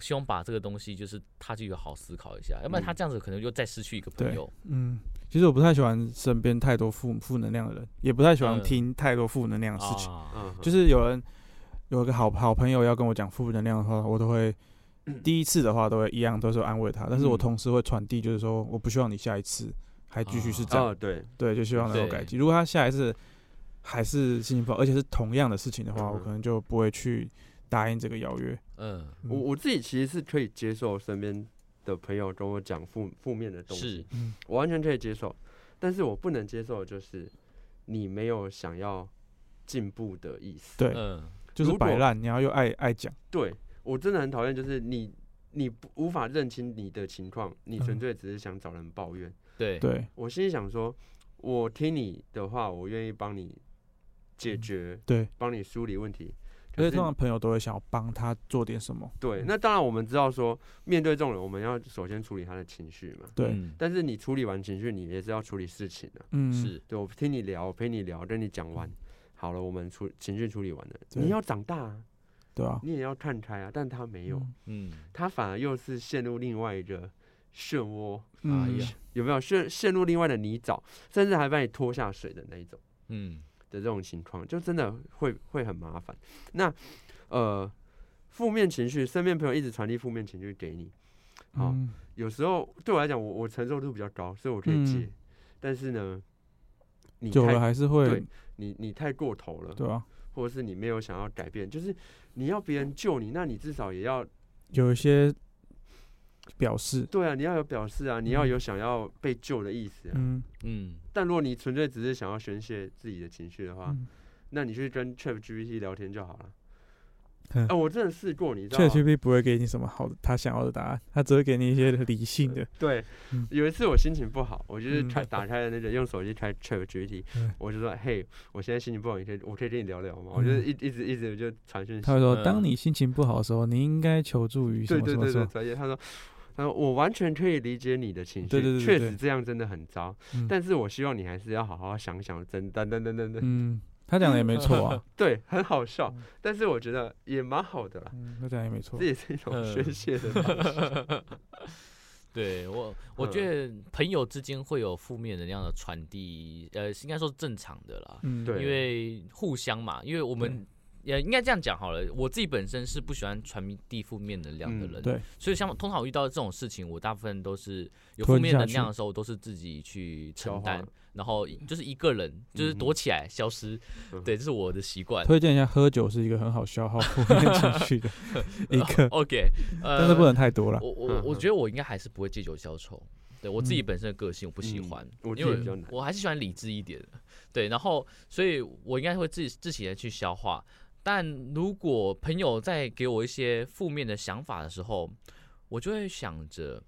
Speaker 1: 希望把这个东西就是他就有好思考一下，要不然他这样子可能又再失去一个朋友。
Speaker 4: 嗯，其实我不太喜欢身边太多负负能量的人，也不太喜欢
Speaker 1: 嗯
Speaker 4: 听太多负能量的事情。
Speaker 1: 啊，
Speaker 2: 嗯哼，
Speaker 4: 就是有人有一个好好朋友要跟我讲负能量的话，我都会第一次的话都会一样都是安慰他，但是我
Speaker 2: 嗯
Speaker 4: 同时会传递就是说我不希望你下一次还继续是这样，
Speaker 2: 哦，对，
Speaker 4: 对，就希望能够
Speaker 1: 对
Speaker 4: 改进。如果他下一次还是心情不好，而且是同样的事情的话，
Speaker 2: 嗯
Speaker 4: 我可能就不会去答应这个邀约。
Speaker 1: 嗯，
Speaker 2: 我我自己其实是可以接受身边的朋友跟我讲负负面的东西
Speaker 1: 是，
Speaker 4: 嗯
Speaker 2: 我完全可以接受，但是我不能接受的就是你没有想要进步的意思。
Speaker 4: 对，
Speaker 1: 嗯，
Speaker 4: 就是
Speaker 2: 如果
Speaker 4: 摆烂，然后又爱爱讲，
Speaker 2: 对我真的很讨厌，就是你你不无法认清你的情况，你纯
Speaker 4: 嗯
Speaker 2: 粹只是想找人抱怨。
Speaker 1: 嗯对，
Speaker 4: 对
Speaker 2: 我心里想说，我听你的话，我愿意帮你解决，
Speaker 4: 对。
Speaker 2: 帮你梳理问题。可
Speaker 4: 而
Speaker 2: 是
Speaker 4: 嗯且通常朋友都会想要帮他做点什么，
Speaker 2: 对，那当然我们知道说，面对这种人，我们要首先处理他的情绪嘛。
Speaker 4: 对，
Speaker 1: 嗯
Speaker 2: 但是你处理完情绪，你也是要处理事情的、啊
Speaker 4: 嗯，
Speaker 1: 是
Speaker 2: 对我听你聊，陪你聊，跟你讲完，好了，我们处情绪处理完了，你
Speaker 4: 对
Speaker 2: 要长大、啊，
Speaker 4: 对啊，
Speaker 2: 你也要看开啊。但他没有，
Speaker 1: 嗯，
Speaker 2: 他反而又是陷入另外一个漩涡，
Speaker 1: 哎
Speaker 4: 嗯，
Speaker 1: 呀，
Speaker 2: 有没有陷陷入另外的泥沼，甚至还把你拖下水的那一种
Speaker 1: 嗯
Speaker 2: 的这种情况，就真的会会很麻烦。那呃，负面情绪，身边朋友一直传递负面情绪给你，好
Speaker 4: 嗯，
Speaker 2: 有时候对我来讲，我我承受度比较高，所以我可以
Speaker 4: 嗯
Speaker 2: 接。但是呢，你
Speaker 4: 久了
Speaker 2: 太
Speaker 4: 还是会
Speaker 2: 对，你你太过头了，
Speaker 4: 对啊，
Speaker 2: 或者是你没有想要改变，就是你要别人救你，那你至少也要
Speaker 4: 有一些表示，
Speaker 2: 对啊，你要有表示啊，你要
Speaker 4: 嗯
Speaker 2: 有想要被救的意思啊。
Speaker 4: 嗯，
Speaker 1: 嗯， [laughs]
Speaker 2: 但如果你纯粹只是想要宣泄自己的情绪的话，
Speaker 4: 嗯
Speaker 2: 那你去跟 Chat GPT 聊天就好了。哎、
Speaker 4: 哼
Speaker 2: 我真的试过，你知道吗？
Speaker 4: ChatGPT 不会给你什么好的他想要的答案，他只会给你一些理性的。
Speaker 2: [laughs] 对
Speaker 4: 嗯，
Speaker 2: 有一次我心情不好，我就是
Speaker 4: 嗯
Speaker 2: 开打开了那个用手机开 Chat GPT，、
Speaker 4: 嗯
Speaker 2: 我就说：“嘿，我现在心情不好，你可以我可以跟你聊聊吗？”我就
Speaker 4: 嗯
Speaker 2: 一一直一直就传讯息
Speaker 4: 他。会说，
Speaker 1: 嗯
Speaker 4: 当你心情不好的时候，你应该求助于什
Speaker 2: 对
Speaker 4: 么
Speaker 2: 对
Speaker 4: 什么
Speaker 2: 对
Speaker 4: 什
Speaker 2: 对，
Speaker 4: 么。
Speaker 2: 专业。他说，他说我完全可以理解你的情绪，
Speaker 4: 对对对
Speaker 2: 确
Speaker 4: 对
Speaker 2: 实这样真的很糟。
Speaker 4: 嗯
Speaker 2: 但是我希望你还是要好好想想，真等等等等等，
Speaker 4: 嗯，他讲的也没
Speaker 2: [laughs]
Speaker 4: 错啊，
Speaker 2: 对，很好笑
Speaker 4: 嗯，
Speaker 2: 但是我觉得也蛮好的啦，
Speaker 4: 嗯，他讲的也没错
Speaker 2: 这。也是一种
Speaker 1: 嗯
Speaker 2: 宣泄
Speaker 1: [laughs]
Speaker 2: 的方式。
Speaker 1: 对
Speaker 4: 嗯
Speaker 1: 我，我觉得朋友之间会有负面能量的传递，呃，应该说是正常的啦，
Speaker 4: 嗯，
Speaker 2: 对
Speaker 1: 因为互相嘛，因为我们也应该这样讲好了。我自己本身是不喜欢传递负面能量的
Speaker 2: 嗯
Speaker 1: 人，
Speaker 4: 对，
Speaker 1: 所以像通常我遇到这种事情，我大部分都是有负
Speaker 4: 吞
Speaker 1: 面
Speaker 4: 下
Speaker 1: 能量
Speaker 4: 去
Speaker 1: 的时候，我都是自己去
Speaker 2: 消
Speaker 1: 承
Speaker 2: 化
Speaker 1: 担，然后就是一个人，就是躲起来、消失
Speaker 2: 嗯。
Speaker 1: 对，这是我的习
Speaker 2: [laughs]
Speaker 1: 惯。
Speaker 4: 推荐一下，喝酒是一个很好消耗负面情绪的一个，
Speaker 1: [laughs] OK，呃，
Speaker 4: 但是不能太多了。
Speaker 1: 我我我
Speaker 2: 嗯嗯
Speaker 1: 觉得我应该还是不会借酒消愁。对我自己
Speaker 4: 嗯
Speaker 1: 本身的个性，我不喜
Speaker 2: 嗯
Speaker 1: 欢，
Speaker 2: 我
Speaker 1: 因
Speaker 2: 自己
Speaker 1: 为
Speaker 2: 比较难
Speaker 1: 我还是喜欢理智一点的。对，然后所以我应该会自己自己来去消化。但如果朋友在给我一些负面的想法的时候，我就会想着，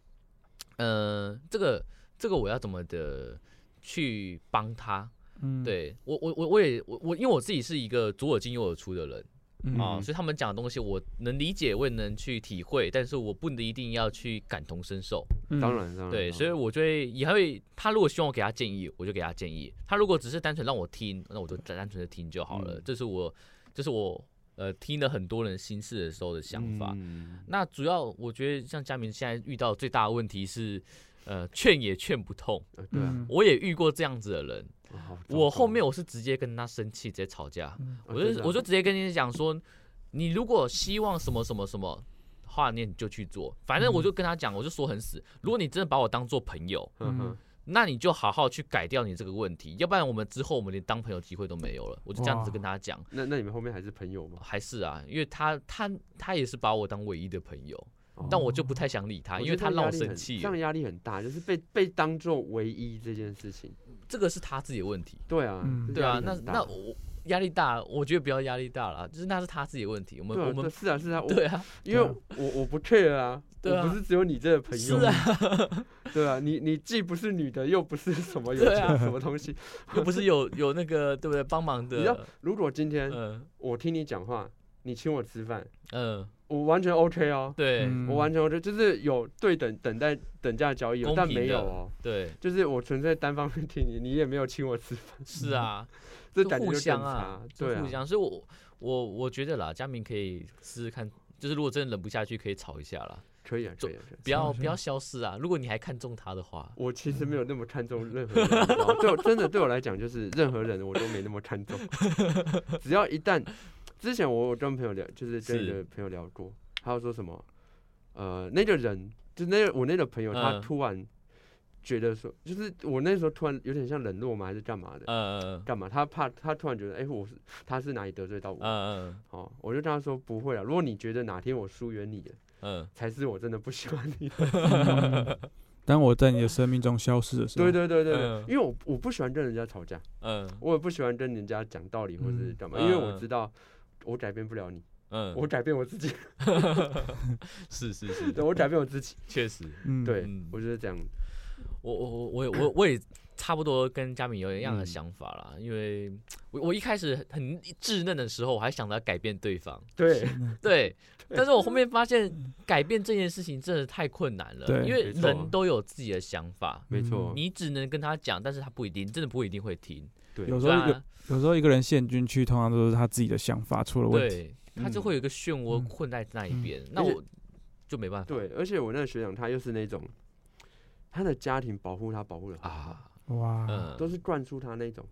Speaker 1: 呃，这个这个我要怎么的去帮他？
Speaker 4: 嗯，
Speaker 1: 对我我我我也我我因为我自己是一个左耳进右耳出的人，
Speaker 4: 嗯，
Speaker 1: 啊、
Speaker 2: 嗯
Speaker 1: 所以他们讲的东西我能理解，我也能去体会，但是我不一定要去感同身受。
Speaker 4: 嗯
Speaker 2: 当，然当然，
Speaker 1: 对，
Speaker 2: 当
Speaker 1: 所以
Speaker 2: 然
Speaker 1: 我就会也会，他如果希望我给他建议，我就给他建议；他如果只是单纯让我听，那我就单单纯的听就好了。
Speaker 2: 嗯
Speaker 1: 这是我，这是我呃听了很多人心事的时候的想法。
Speaker 2: 嗯
Speaker 1: 那主要我觉得像佳明现在遇到最大的问题是，呃，劝也劝不痛。
Speaker 2: 呃对啊，
Speaker 4: 嗯
Speaker 1: 我也遇过这样子的人，
Speaker 2: 啊好糟
Speaker 1: 我后
Speaker 2: 糕
Speaker 1: 面我是直接跟他生气，直接吵架。
Speaker 4: 嗯
Speaker 2: 啊
Speaker 1: 我
Speaker 2: 真
Speaker 1: 就
Speaker 2: 的
Speaker 1: 我
Speaker 2: 啊
Speaker 1: 就直接跟你讲说，你如果希望什么什么什么话，那你就去做。反正我就跟他讲，我就说很死。如果你真的把我当做朋友，
Speaker 2: 嗯
Speaker 4: 嗯
Speaker 2: 哼
Speaker 1: 那你就好好去改掉你这个问题，要不然我们之后我们连当朋友机会都没有了。我就这样子
Speaker 4: 哇
Speaker 1: 跟他讲，
Speaker 2: [laughs] 那那你们后面还是朋友吗？
Speaker 1: 还是啊，因为他他他也是把我当唯一的朋友，
Speaker 4: 哦
Speaker 1: 但我就不太想理他，
Speaker 2: 哦我
Speaker 1: 因
Speaker 2: 觉
Speaker 1: 为
Speaker 2: 得
Speaker 1: 他
Speaker 2: 这
Speaker 1: 让
Speaker 2: 样压
Speaker 1: 我
Speaker 2: 力
Speaker 1: 生
Speaker 2: 很
Speaker 1: 气
Speaker 2: 这样
Speaker 1: 了。
Speaker 2: 压力很大，就是被被当做唯一这件事情。
Speaker 1: 这个是他自己的问题，
Speaker 2: 对啊，
Speaker 4: 嗯
Speaker 2: 这
Speaker 1: 对
Speaker 2: 压
Speaker 1: 啊，
Speaker 2: 力
Speaker 1: 那
Speaker 2: 很大
Speaker 1: 那我压力大，我觉得不要压力大了，就是那是他自己的问题。我们
Speaker 2: 对啊
Speaker 1: 我
Speaker 2: 对
Speaker 1: 们
Speaker 2: 是啊是啊，我
Speaker 1: 对啊，
Speaker 2: 因为
Speaker 4: 对啊
Speaker 2: 我我不 care 啊，
Speaker 1: 对
Speaker 2: 我
Speaker 1: 啊
Speaker 2: 不是只有你这个朋友
Speaker 1: 是，啊
Speaker 2: 对啊，你你既不是女的，又不是什么有
Speaker 1: 对啊
Speaker 2: 钱什么东西。
Speaker 1: [laughs] 又不是有有那个对不对帮忙
Speaker 2: 你知道
Speaker 1: 的，
Speaker 2: 如果今天
Speaker 1: 嗯
Speaker 2: 我听你讲话，你请我吃饭，
Speaker 1: 嗯，
Speaker 2: 我完全 OK 哦，
Speaker 1: 对
Speaker 4: 嗯
Speaker 2: 我完全 OK，就是有对等等待等价交易哦，
Speaker 1: 公
Speaker 2: 但
Speaker 1: 平
Speaker 2: 没
Speaker 1: 的
Speaker 2: 有哦。
Speaker 1: 对，
Speaker 2: 就是我纯粹单方面听你，你也没有请我吃饭，
Speaker 1: 是啊，
Speaker 2: 这
Speaker 1: 就
Speaker 2: 感觉
Speaker 1: 互
Speaker 2: 就
Speaker 1: 相
Speaker 2: 更
Speaker 1: 啊
Speaker 2: 差，
Speaker 1: 就
Speaker 2: 对啊，
Speaker 1: 互相。所以我我我觉得啦，佳明可以试试看，就是如果真的忍不下去，可以吵一下啦，
Speaker 2: 可以啊，可以啊，可以啊
Speaker 1: 不要
Speaker 4: 是
Speaker 1: 不要消失啊。如果你还看中他的话，
Speaker 2: 我其实没有那么看重任
Speaker 1: [laughs]
Speaker 2: 何人，你知道吗对我，真的对我来讲，就是任何人我都没那么看
Speaker 1: [laughs]
Speaker 2: 重。只要一旦，之前我我跟朋友聊，就是跟一
Speaker 1: 是
Speaker 2: 个朋友聊过，他就说什么，呃，那个人就那个我那个朋友，他
Speaker 1: 嗯
Speaker 2: 突然觉得说，就是我那时候突然有点像冷落嘛，还是干嘛的？
Speaker 1: 呃
Speaker 2: 干嘛？他怕他突然觉得，哎、我是他是哪里得罪到我？
Speaker 1: 呃
Speaker 2: 哦，我就跟他说不会啊，如果你觉得哪天我疏远你了，
Speaker 1: 呃，
Speaker 2: 才是我真的不喜欢你。
Speaker 4: 嗯 [laughs] 当我在你的生命中消失的时候，
Speaker 2: 对对对对，对
Speaker 1: 嗯
Speaker 2: 因为我我不喜欢跟人家吵架。
Speaker 1: 嗯
Speaker 2: 我也不喜欢跟人家讲道理或者是
Speaker 4: 嗯
Speaker 2: 干嘛，因为
Speaker 1: 嗯
Speaker 2: 我
Speaker 1: 嗯
Speaker 2: 知道我改变不了你，
Speaker 1: 嗯，
Speaker 2: 我改变我自己， [laughs]
Speaker 1: 是是是，
Speaker 2: 对我改变我自己，
Speaker 1: 确实，
Speaker 4: 嗯，
Speaker 2: 对
Speaker 1: 嗯
Speaker 2: 我就是这样。
Speaker 1: 我我我我我也差不多跟佳敏有一样的
Speaker 2: 嗯
Speaker 1: 想法啦，因为我我一开始很稚嫩的时候，我还想着要改变对方。
Speaker 2: 对，
Speaker 1: 对，但是我后面发现改变这件事情真的太困难了，
Speaker 4: 对
Speaker 1: 因为
Speaker 2: 没错
Speaker 1: 人都有自己的想法，
Speaker 2: [laughs] 没错，
Speaker 1: 嗯你只能跟他讲，但是他不一定，真的不一定会听，
Speaker 2: 对，
Speaker 4: 有时
Speaker 1: 对
Speaker 4: 候有
Speaker 1: 啊，
Speaker 4: 有时候一个人陷进去，通常都是他自己的想法出了问题。
Speaker 1: 对，他
Speaker 4: 嗯
Speaker 1: 就会有一个漩涡困在那一边，那
Speaker 2: 而且
Speaker 1: 我就没办法
Speaker 2: 对，而且我那个学长他又是那种，他的家庭保护他保护的啊，
Speaker 1: 啊，
Speaker 4: 哇，
Speaker 1: 嗯，
Speaker 2: 都是灌输他那种。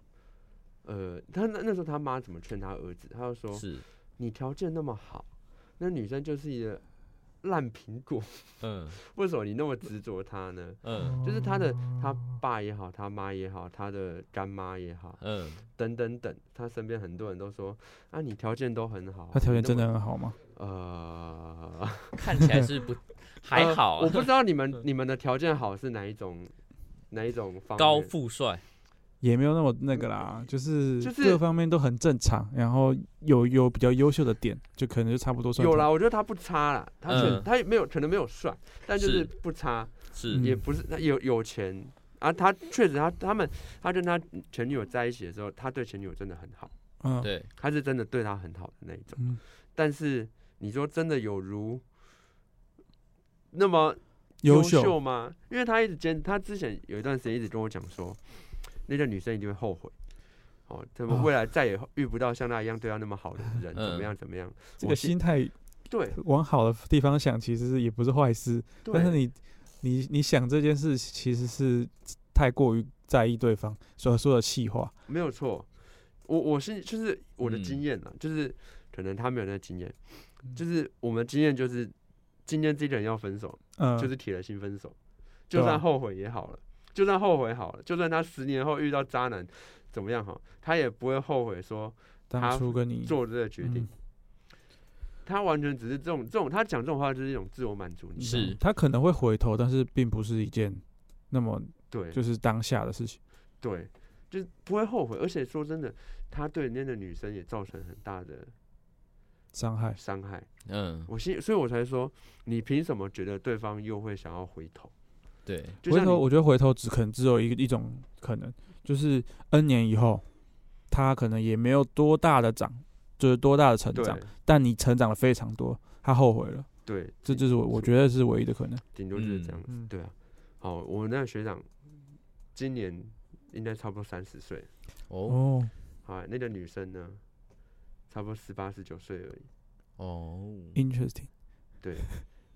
Speaker 2: 呃，他那那时候他妈怎么劝他儿子？他就说
Speaker 1: 是，：“
Speaker 2: 你条件那么好，那女生就是一个烂苹果， [laughs]
Speaker 1: 嗯
Speaker 2: 为什么你那么执着她呢？
Speaker 1: 嗯
Speaker 2: 就是他的他爸也好，他妈也好，他的干妈也好，
Speaker 1: 嗯，
Speaker 2: 等等等，他身边很多人都说啊，你条件都很好啊，
Speaker 4: 他条
Speaker 2: 你
Speaker 4: 件
Speaker 2: 那
Speaker 4: 真的
Speaker 2: 么
Speaker 4: 很好吗？
Speaker 2: 呃
Speaker 1: 看起来是
Speaker 2: [laughs]
Speaker 1: 不还
Speaker 2: 呃
Speaker 1: 好啊嗯
Speaker 2: 我，不知道
Speaker 1: [laughs]
Speaker 2: 你们你们的条件好是哪一种哪一种方
Speaker 1: 高
Speaker 2: 面
Speaker 1: 富帅，
Speaker 4: 也没有那么那个啦，就是
Speaker 2: 嗯就是
Speaker 4: 各方面都很正常，然后有有比较优秀的点，就可能就差不多算
Speaker 2: 有
Speaker 4: 同
Speaker 2: 啦，我觉得他不差啦，他可能
Speaker 1: 嗯
Speaker 2: 他也没有可能没有帅，但就是
Speaker 1: 是
Speaker 2: 不差，
Speaker 1: 是
Speaker 4: 嗯
Speaker 2: 也不是他有有钱啊，他确实他他们他跟他前女友在一起的时候，他对前女友真的很好，
Speaker 4: 嗯，
Speaker 1: 对，
Speaker 2: 他是真的对他很好的那一种。
Speaker 4: 嗯，
Speaker 2: 但是你说真的有如那么
Speaker 4: 优秀
Speaker 2: 秀吗？因为他一直坚，他之前有一段时间一直跟我讲说，那个女生一定会后悔，哦，他们
Speaker 4: 啊
Speaker 2: 未来再也遇不到像她一样对她那么好的
Speaker 1: [laughs]
Speaker 2: 人，怎么
Speaker 1: 嗯
Speaker 2: 样怎么样？
Speaker 4: 这
Speaker 2: 我
Speaker 4: 个
Speaker 2: 信
Speaker 4: 心态
Speaker 2: 对
Speaker 4: 往好的地方想，其实是也不是坏事，但是
Speaker 2: 对，
Speaker 4: 你你你想这件事其实是太过于在意对方所说的气话，
Speaker 2: 没有错。我我是就是我的
Speaker 1: 嗯
Speaker 2: 经验啊，就是可能他没有那个经验，
Speaker 4: 嗯
Speaker 2: 就是我们经验就是今天这个人要分手，
Speaker 4: 嗯，
Speaker 2: 就是铁了心分手，
Speaker 4: 对
Speaker 2: 就
Speaker 4: 啊
Speaker 2: 算后悔也好了，就算后悔好了，就算他十年后遇到渣男怎么样好，他也不会后悔说
Speaker 4: 当初跟你
Speaker 2: 做这个决定
Speaker 4: 嗯。
Speaker 2: 他完全只是这种这种，他讲这种话就是一种自我满足你，
Speaker 1: 是
Speaker 4: 他可能会回头，但是并不是一件那么
Speaker 2: 对，
Speaker 4: 就是当下的事情。
Speaker 2: 对，就是不会后悔。而且说真的，他对那个女生也造成很大的
Speaker 4: 伤害，
Speaker 2: 伤害。
Speaker 1: 嗯，
Speaker 2: 我心，所以我才说，你凭什么觉得对方又会想要回头？
Speaker 1: 对，
Speaker 2: 就
Speaker 4: 回
Speaker 2: 像
Speaker 4: 头
Speaker 2: 你
Speaker 4: 我觉得回头只可能只有一一种可能，就是 N 年以后，他可能也没有多大的长，就是多大的成
Speaker 2: 对
Speaker 4: 长，但你成长了非常多，他后悔了，
Speaker 2: 对，
Speaker 4: 这
Speaker 2: 顶
Speaker 4: 就是我我觉得是唯一的可能。
Speaker 2: 顶多就是这样子。
Speaker 4: 嗯嗯
Speaker 2: 对啊，好，我们那个学长今年应该差不多三十岁，
Speaker 1: 哦
Speaker 4: 哦，
Speaker 2: 好、那个女生呢，差不多十八十九岁而已。
Speaker 1: 哦，
Speaker 4: Interesting，
Speaker 2: 对，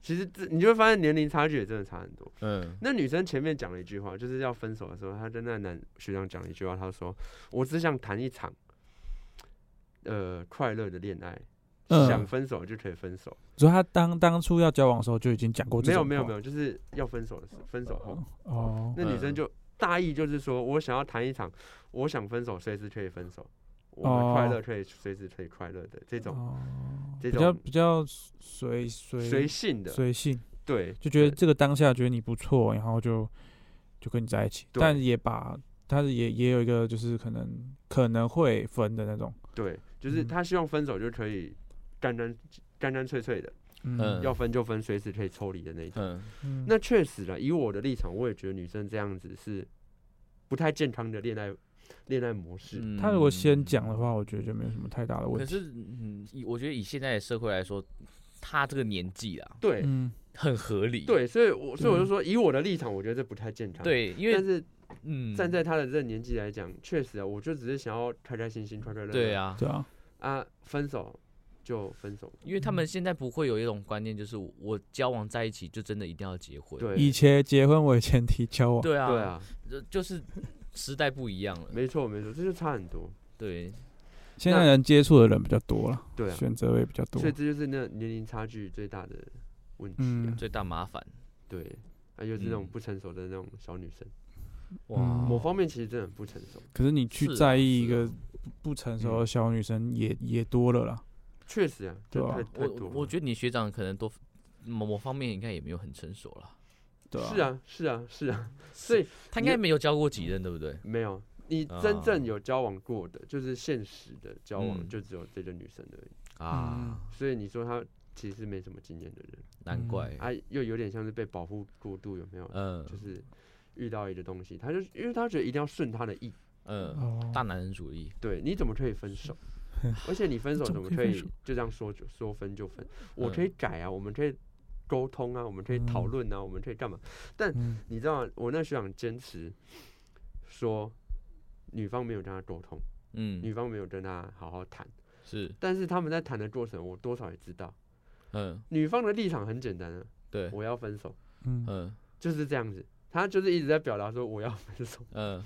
Speaker 2: 其实这你就会发现年龄差距也真的差很多。
Speaker 1: 嗯，
Speaker 2: 那女生前面讲了一句话，就是要分手的时候，她跟那男学长讲了一句话，她说：“我只想谈一场，呃，快乐的恋爱，
Speaker 4: 嗯
Speaker 2: 想分手就可以分手。
Speaker 4: 所以他当当初要交往的时候就已经讲过这
Speaker 2: 没有
Speaker 4: 种
Speaker 2: 没有没
Speaker 4: 有
Speaker 2: 有，就是要分手的时候，分手后，
Speaker 4: 哦，
Speaker 2: 那女
Speaker 1: 嗯
Speaker 2: 生就大意就是说我想要谈一场，我想分手，随时可以分手，我们
Speaker 4: 哦
Speaker 2: 快乐可以随时可以快乐的这种
Speaker 4: 哦
Speaker 2: 这
Speaker 4: 比较
Speaker 2: 种
Speaker 4: 比较随
Speaker 2: 随
Speaker 4: 随
Speaker 2: 性的，
Speaker 4: 随性，
Speaker 2: 对，
Speaker 4: 就觉得
Speaker 2: 对
Speaker 4: 这个当下觉得你不错，然后就就跟你在一起，
Speaker 2: 对
Speaker 4: 但也把他也也有一个就是可能可能会分的那种，
Speaker 2: 对，就是
Speaker 4: 嗯
Speaker 2: 她希望分手就可以干干干干脆脆的，
Speaker 1: 嗯
Speaker 2: 要分就分，随时可以抽离的那一种。
Speaker 1: 嗯，
Speaker 4: 嗯
Speaker 2: 那确实了，以我的立场，我也觉得女生这样子是不太健康的恋爱恋爱模式。
Speaker 1: 嗯
Speaker 4: 他如果先讲的话，我觉得就没有什么太大的问
Speaker 1: 可
Speaker 4: 题。
Speaker 1: 是，嗯，以我觉得以现在的社会来说，他这个年纪啊，
Speaker 2: 对、
Speaker 4: 嗯，
Speaker 1: 很合理。
Speaker 2: 对，所以我所以我就说，以我的立场，我觉得这不太健康。，
Speaker 1: 对，因
Speaker 2: 但
Speaker 1: 为
Speaker 2: 是
Speaker 1: 嗯，
Speaker 2: 站在他的这个年纪来讲，确实啊，我就只是想要开开心心、快快乐乐。
Speaker 1: 对啊，
Speaker 4: 对啊，
Speaker 2: 啊，分手就分手。
Speaker 1: 因为他们现在不会有一种观念，就是我我交往在一起就真的一定要结婚。
Speaker 2: 对，
Speaker 4: 以前结婚为前提交往，
Speaker 1: 对啊，
Speaker 2: 对，啊，
Speaker 1: 就就是时代不一样了。
Speaker 2: 没错没错，这就差很多。
Speaker 1: 对，
Speaker 4: 现在人接触的人比较多了，
Speaker 2: 对啊，
Speaker 4: 选择也比较多
Speaker 2: 所以。这就是那年龄差距最大的问题啊。
Speaker 4: 嗯
Speaker 1: 最大麻烦
Speaker 2: 对，啊，又是那种
Speaker 1: 嗯
Speaker 2: 不成熟的那种小女生，
Speaker 1: 哇，
Speaker 4: 嗯
Speaker 2: 某方面其实真的很不成熟。
Speaker 4: 可是你去
Speaker 1: 是啊
Speaker 4: 在意一
Speaker 1: 是啊
Speaker 4: 个不不成熟的小女生，也也多了啦。
Speaker 2: 确实啊，
Speaker 4: 对
Speaker 2: 这
Speaker 4: 啊
Speaker 2: 太
Speaker 1: 我
Speaker 2: 太多
Speaker 1: 我
Speaker 2: 了
Speaker 1: 觉得你学长可能都某某方面应该也没有很成熟了，
Speaker 4: 对啊，
Speaker 2: 是，啊是啊是啊，所以
Speaker 1: 他应该没有交过几任，对不对？
Speaker 2: 没有你
Speaker 1: 啊
Speaker 2: 真正有交往过的，就是现实的交往，
Speaker 1: 嗯
Speaker 2: 就只有这个女生而已。
Speaker 1: 啊，
Speaker 2: 所以你说她其实没什么经验的人，
Speaker 1: 难怪，
Speaker 2: 啊，又有点像是被保护过度，有没有？
Speaker 1: 嗯
Speaker 2: 就是遇到一个东西，她就因为她觉得一定要顺她的意，
Speaker 1: 嗯，
Speaker 4: 哦，
Speaker 1: 大男人主义，
Speaker 2: 对，你怎么可以分手？而且你分手
Speaker 4: 怎
Speaker 2: 怎
Speaker 4: 么
Speaker 2: 么
Speaker 4: 可
Speaker 2: 可
Speaker 4: 以分
Speaker 2: 以
Speaker 4: 手
Speaker 2: 就这样说就说分就分？我
Speaker 1: 嗯
Speaker 2: 可以改啊，我们可以沟通啊，我们可以讨
Speaker 4: 嗯
Speaker 2: 论啊，我们可以干嘛？
Speaker 4: 嗯
Speaker 2: 你知道吗我那学长坚持说，女方没有跟他沟通，女
Speaker 1: 嗯，
Speaker 2: 方没有跟他好好谈。
Speaker 1: 是，
Speaker 2: 但是他们在谈的过程，我多少也知道，
Speaker 1: 嗯，
Speaker 2: 女方的立场很简单啊，
Speaker 1: 对，
Speaker 2: 我要分手，
Speaker 4: 嗯，
Speaker 1: 嗯
Speaker 2: 就是这样子。他就是一直在表达说我要分手，
Speaker 1: 嗯，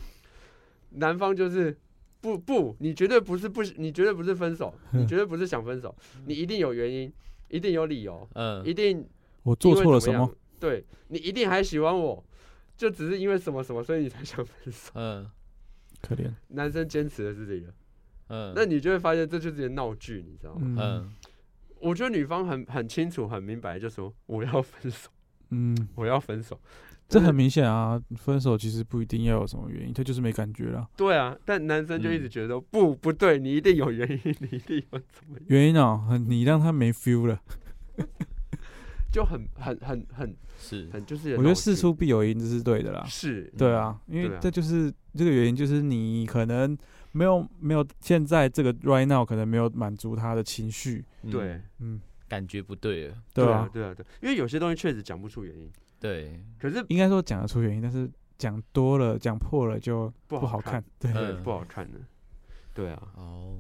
Speaker 2: 男方就是不不，你绝对不是不，你绝对不是分手，你绝对不是想分手，你一定有原因，一定有理由，一
Speaker 1: 嗯，
Speaker 2: 定
Speaker 4: 我做
Speaker 2: 因为
Speaker 4: 错了
Speaker 2: 怎
Speaker 4: 什
Speaker 2: 么
Speaker 4: 么
Speaker 2: 样？？对你一定还喜欢我，就只是因为什么什么，所以你才想分手。 [laughs]
Speaker 1: 嗯，
Speaker 4: 可怜，
Speaker 2: 男生坚持的是这个，
Speaker 1: 嗯，
Speaker 2: 那你就会发现这就是一个闹剧，你知道吗？
Speaker 4: 嗯
Speaker 1: 嗯，
Speaker 2: 我觉得女方很很清楚、很明白，就说我要分手， [laughs]
Speaker 4: 嗯，
Speaker 2: 我要分手。
Speaker 4: 这
Speaker 2: 但是
Speaker 4: 很明显啊。分手其实不一定要有什么原因，他就是没感觉啦。
Speaker 2: 对啊，但男生就一直
Speaker 1: 嗯
Speaker 2: 觉得、不不对，你一定有原因， [laughs] 你一定有怎么样，
Speaker 4: 原因啊，很你让他没 feel 了。
Speaker 2: 就很很很很
Speaker 1: 是，
Speaker 2: 很就是一个
Speaker 4: 我觉得
Speaker 2: 闹
Speaker 4: 事
Speaker 2: 剧
Speaker 4: 出必有因，这是对的啦。
Speaker 2: 是
Speaker 4: 对啊，因
Speaker 2: 对
Speaker 4: 为
Speaker 2: 啊
Speaker 4: 这就是这个原因，就是你可能没有没有现在这个 right now 可能没有满足他的情绪，
Speaker 1: 嗯
Speaker 2: 对，
Speaker 4: 嗯，
Speaker 1: 感觉不对了，
Speaker 4: 对
Speaker 2: 啊
Speaker 4: 啊，，
Speaker 2: 对啊，对，因为有些东西确实讲不出原因，
Speaker 1: 对，
Speaker 2: 可是
Speaker 4: 应该说讲得出原因，但是讲多了讲破了就
Speaker 2: 不
Speaker 4: 不好
Speaker 2: 看
Speaker 4: 看，，对，
Speaker 2: 对，
Speaker 1: 嗯
Speaker 2: 不好看的，对啊，
Speaker 1: 哦，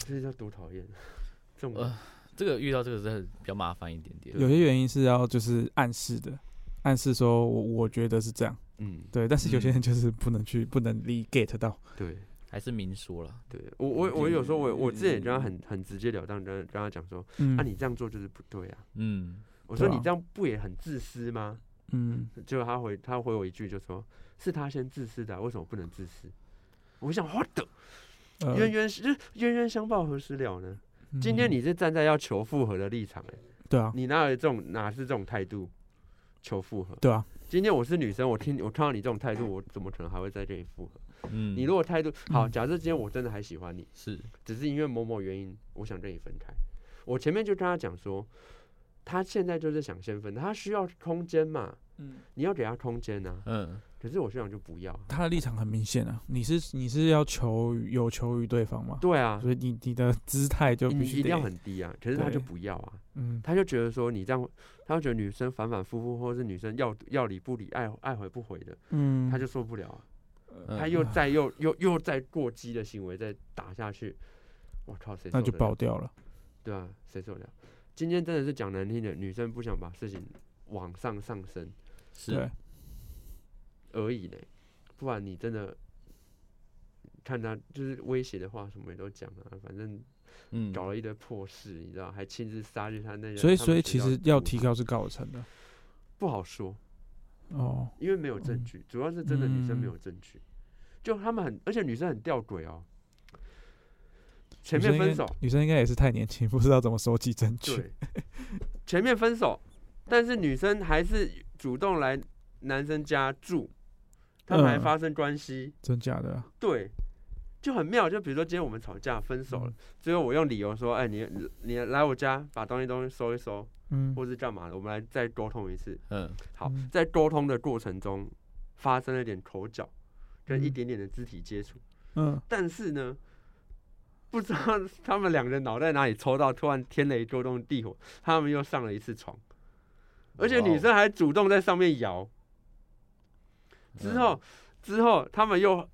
Speaker 2: 这叫多讨厌， [laughs] 这种
Speaker 1: 呃这个遇到这个真的比较麻烦一点点，
Speaker 4: 有些原因是要就是暗示的，暗示说我我觉得是这样，
Speaker 2: 嗯，
Speaker 4: 对，但是有些
Speaker 1: 嗯
Speaker 2: 啊
Speaker 4: 人就是不能去不能理 get 到，
Speaker 2: 对，
Speaker 1: 还是明说了。
Speaker 2: 对我我我有时候我我之前也跟他很很直截了当跟跟他讲说，
Speaker 4: 嗯，
Speaker 2: 啊你这样做就是不对啊，
Speaker 1: 嗯，
Speaker 2: 我说
Speaker 4: 对啊
Speaker 2: 你这样不也很自私吗？
Speaker 4: 嗯，
Speaker 2: 结果他回他回我一句就说，是他先自私的啊、为什么不能自私？我想我的
Speaker 4: 呃
Speaker 2: 冤冤就是冤冤相报何时了呢？今天
Speaker 4: 嗯
Speaker 2: 你是站在要求复合的立场、欸，
Speaker 4: 对啊，
Speaker 2: 你哪有这种哪是这种态度求复合？
Speaker 4: 对啊，
Speaker 2: 今天我是女生，我听我看到你这种态度，我怎么可能还会再跟你复合？
Speaker 1: 嗯，
Speaker 2: 你如果态度好，
Speaker 4: 嗯
Speaker 2: 假设今天我真的还喜欢你，
Speaker 1: 是
Speaker 2: 只是因为某某原因，我想跟你分开。我前面就跟他讲说，他现在就是想先分，他需要空间嘛，
Speaker 4: 嗯，
Speaker 2: 你要给他空间啊。
Speaker 1: 嗯
Speaker 2: 可是我学长就不要啊，
Speaker 4: 他的立场很明显啊，你是你是要求于有求于对方嘛，
Speaker 2: 对啊，
Speaker 4: 所以你你的姿态就
Speaker 2: 你
Speaker 4: 必须
Speaker 2: 一定要
Speaker 4: 得
Speaker 2: 很低啊。可是他
Speaker 4: 对
Speaker 2: 就不要啊，
Speaker 4: 嗯
Speaker 2: 他就觉得说你这样，他就觉得女生反反复复，或是女生要要理不理，爱爱回不回的，
Speaker 4: 嗯，
Speaker 2: 他就受不了啊。
Speaker 1: 嗯
Speaker 2: 他又再又又又再过激的行为再打下去，我靠，谁受
Speaker 4: 那就
Speaker 2: 得了
Speaker 4: 爆掉了，
Speaker 2: 对啊，谁受得了？今天真的是讲难听的，女生不想把事情往上上升
Speaker 1: 是
Speaker 4: 对，
Speaker 2: 而已呢，不然你真的看他就是威胁的话，什么也都讲啊，反正
Speaker 1: 嗯，
Speaker 2: 搞了一堆破事，你知道，还亲自杀去他那个。
Speaker 4: 所以
Speaker 2: 他们
Speaker 4: 所以
Speaker 2: 学
Speaker 4: 其
Speaker 2: 校
Speaker 4: 实要
Speaker 2: 图
Speaker 4: 提高是告得成的
Speaker 2: 不好说，
Speaker 4: 哦，
Speaker 2: 因为没有证
Speaker 4: 嗯
Speaker 2: 据，主要是真的女生没
Speaker 4: 嗯
Speaker 2: 有证据，就他们很，而且女生很吊诡哦，前
Speaker 4: 女
Speaker 2: 面
Speaker 4: 生应
Speaker 2: 分
Speaker 4: 该
Speaker 2: 手。
Speaker 4: 女生应该也是太年轻，不 [laughs] 知道怎么收集证据，
Speaker 2: 对，前面分手，但是女生还是主动来男生家住，他们还
Speaker 4: 嗯
Speaker 2: 发生关系，
Speaker 4: 真假的啊，
Speaker 2: 对，就很妙。就比如说今天我们吵架分手了，最后我用理由说，哎，你你来我家把东西东西收一收，
Speaker 4: 嗯，
Speaker 2: 或是干嘛的，我们来再沟通一次。
Speaker 1: 嗯
Speaker 2: 好
Speaker 4: 嗯，
Speaker 2: 在沟通的过程中发生了点口角，跟一
Speaker 4: 嗯
Speaker 2: 点点的肢体接触，
Speaker 4: 嗯，
Speaker 2: 但是呢，不知道他们两个脑袋哪里抽到，突然天雷勾动地火，他们又上了一次床，而且
Speaker 1: 哇哦
Speaker 2: 女生还主动在上面摇。之后，
Speaker 1: 嗯
Speaker 2: 之后他
Speaker 1: [laughs]
Speaker 2: 们又